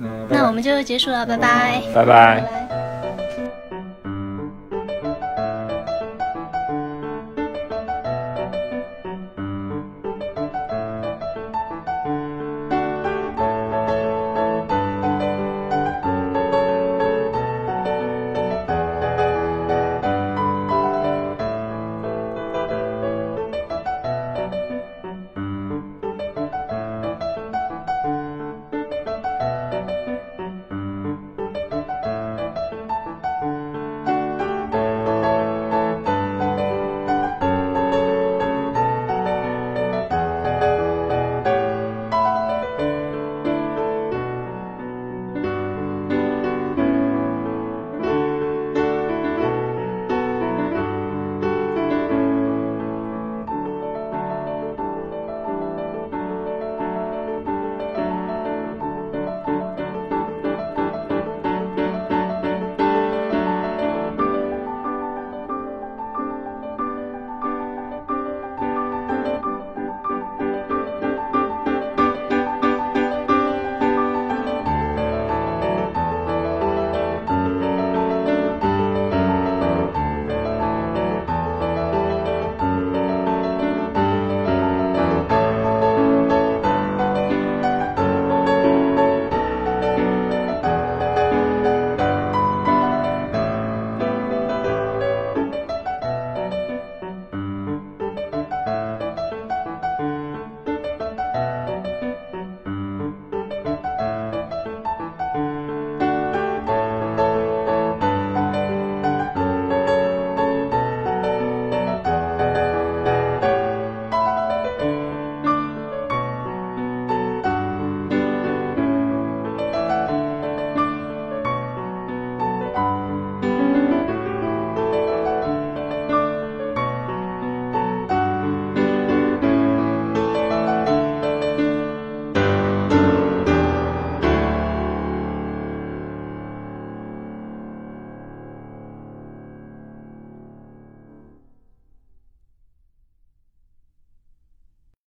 [SPEAKER 1] 嗯，拜拜
[SPEAKER 2] 那我们就结束了，拜拜。
[SPEAKER 4] 拜拜
[SPEAKER 2] 拜拜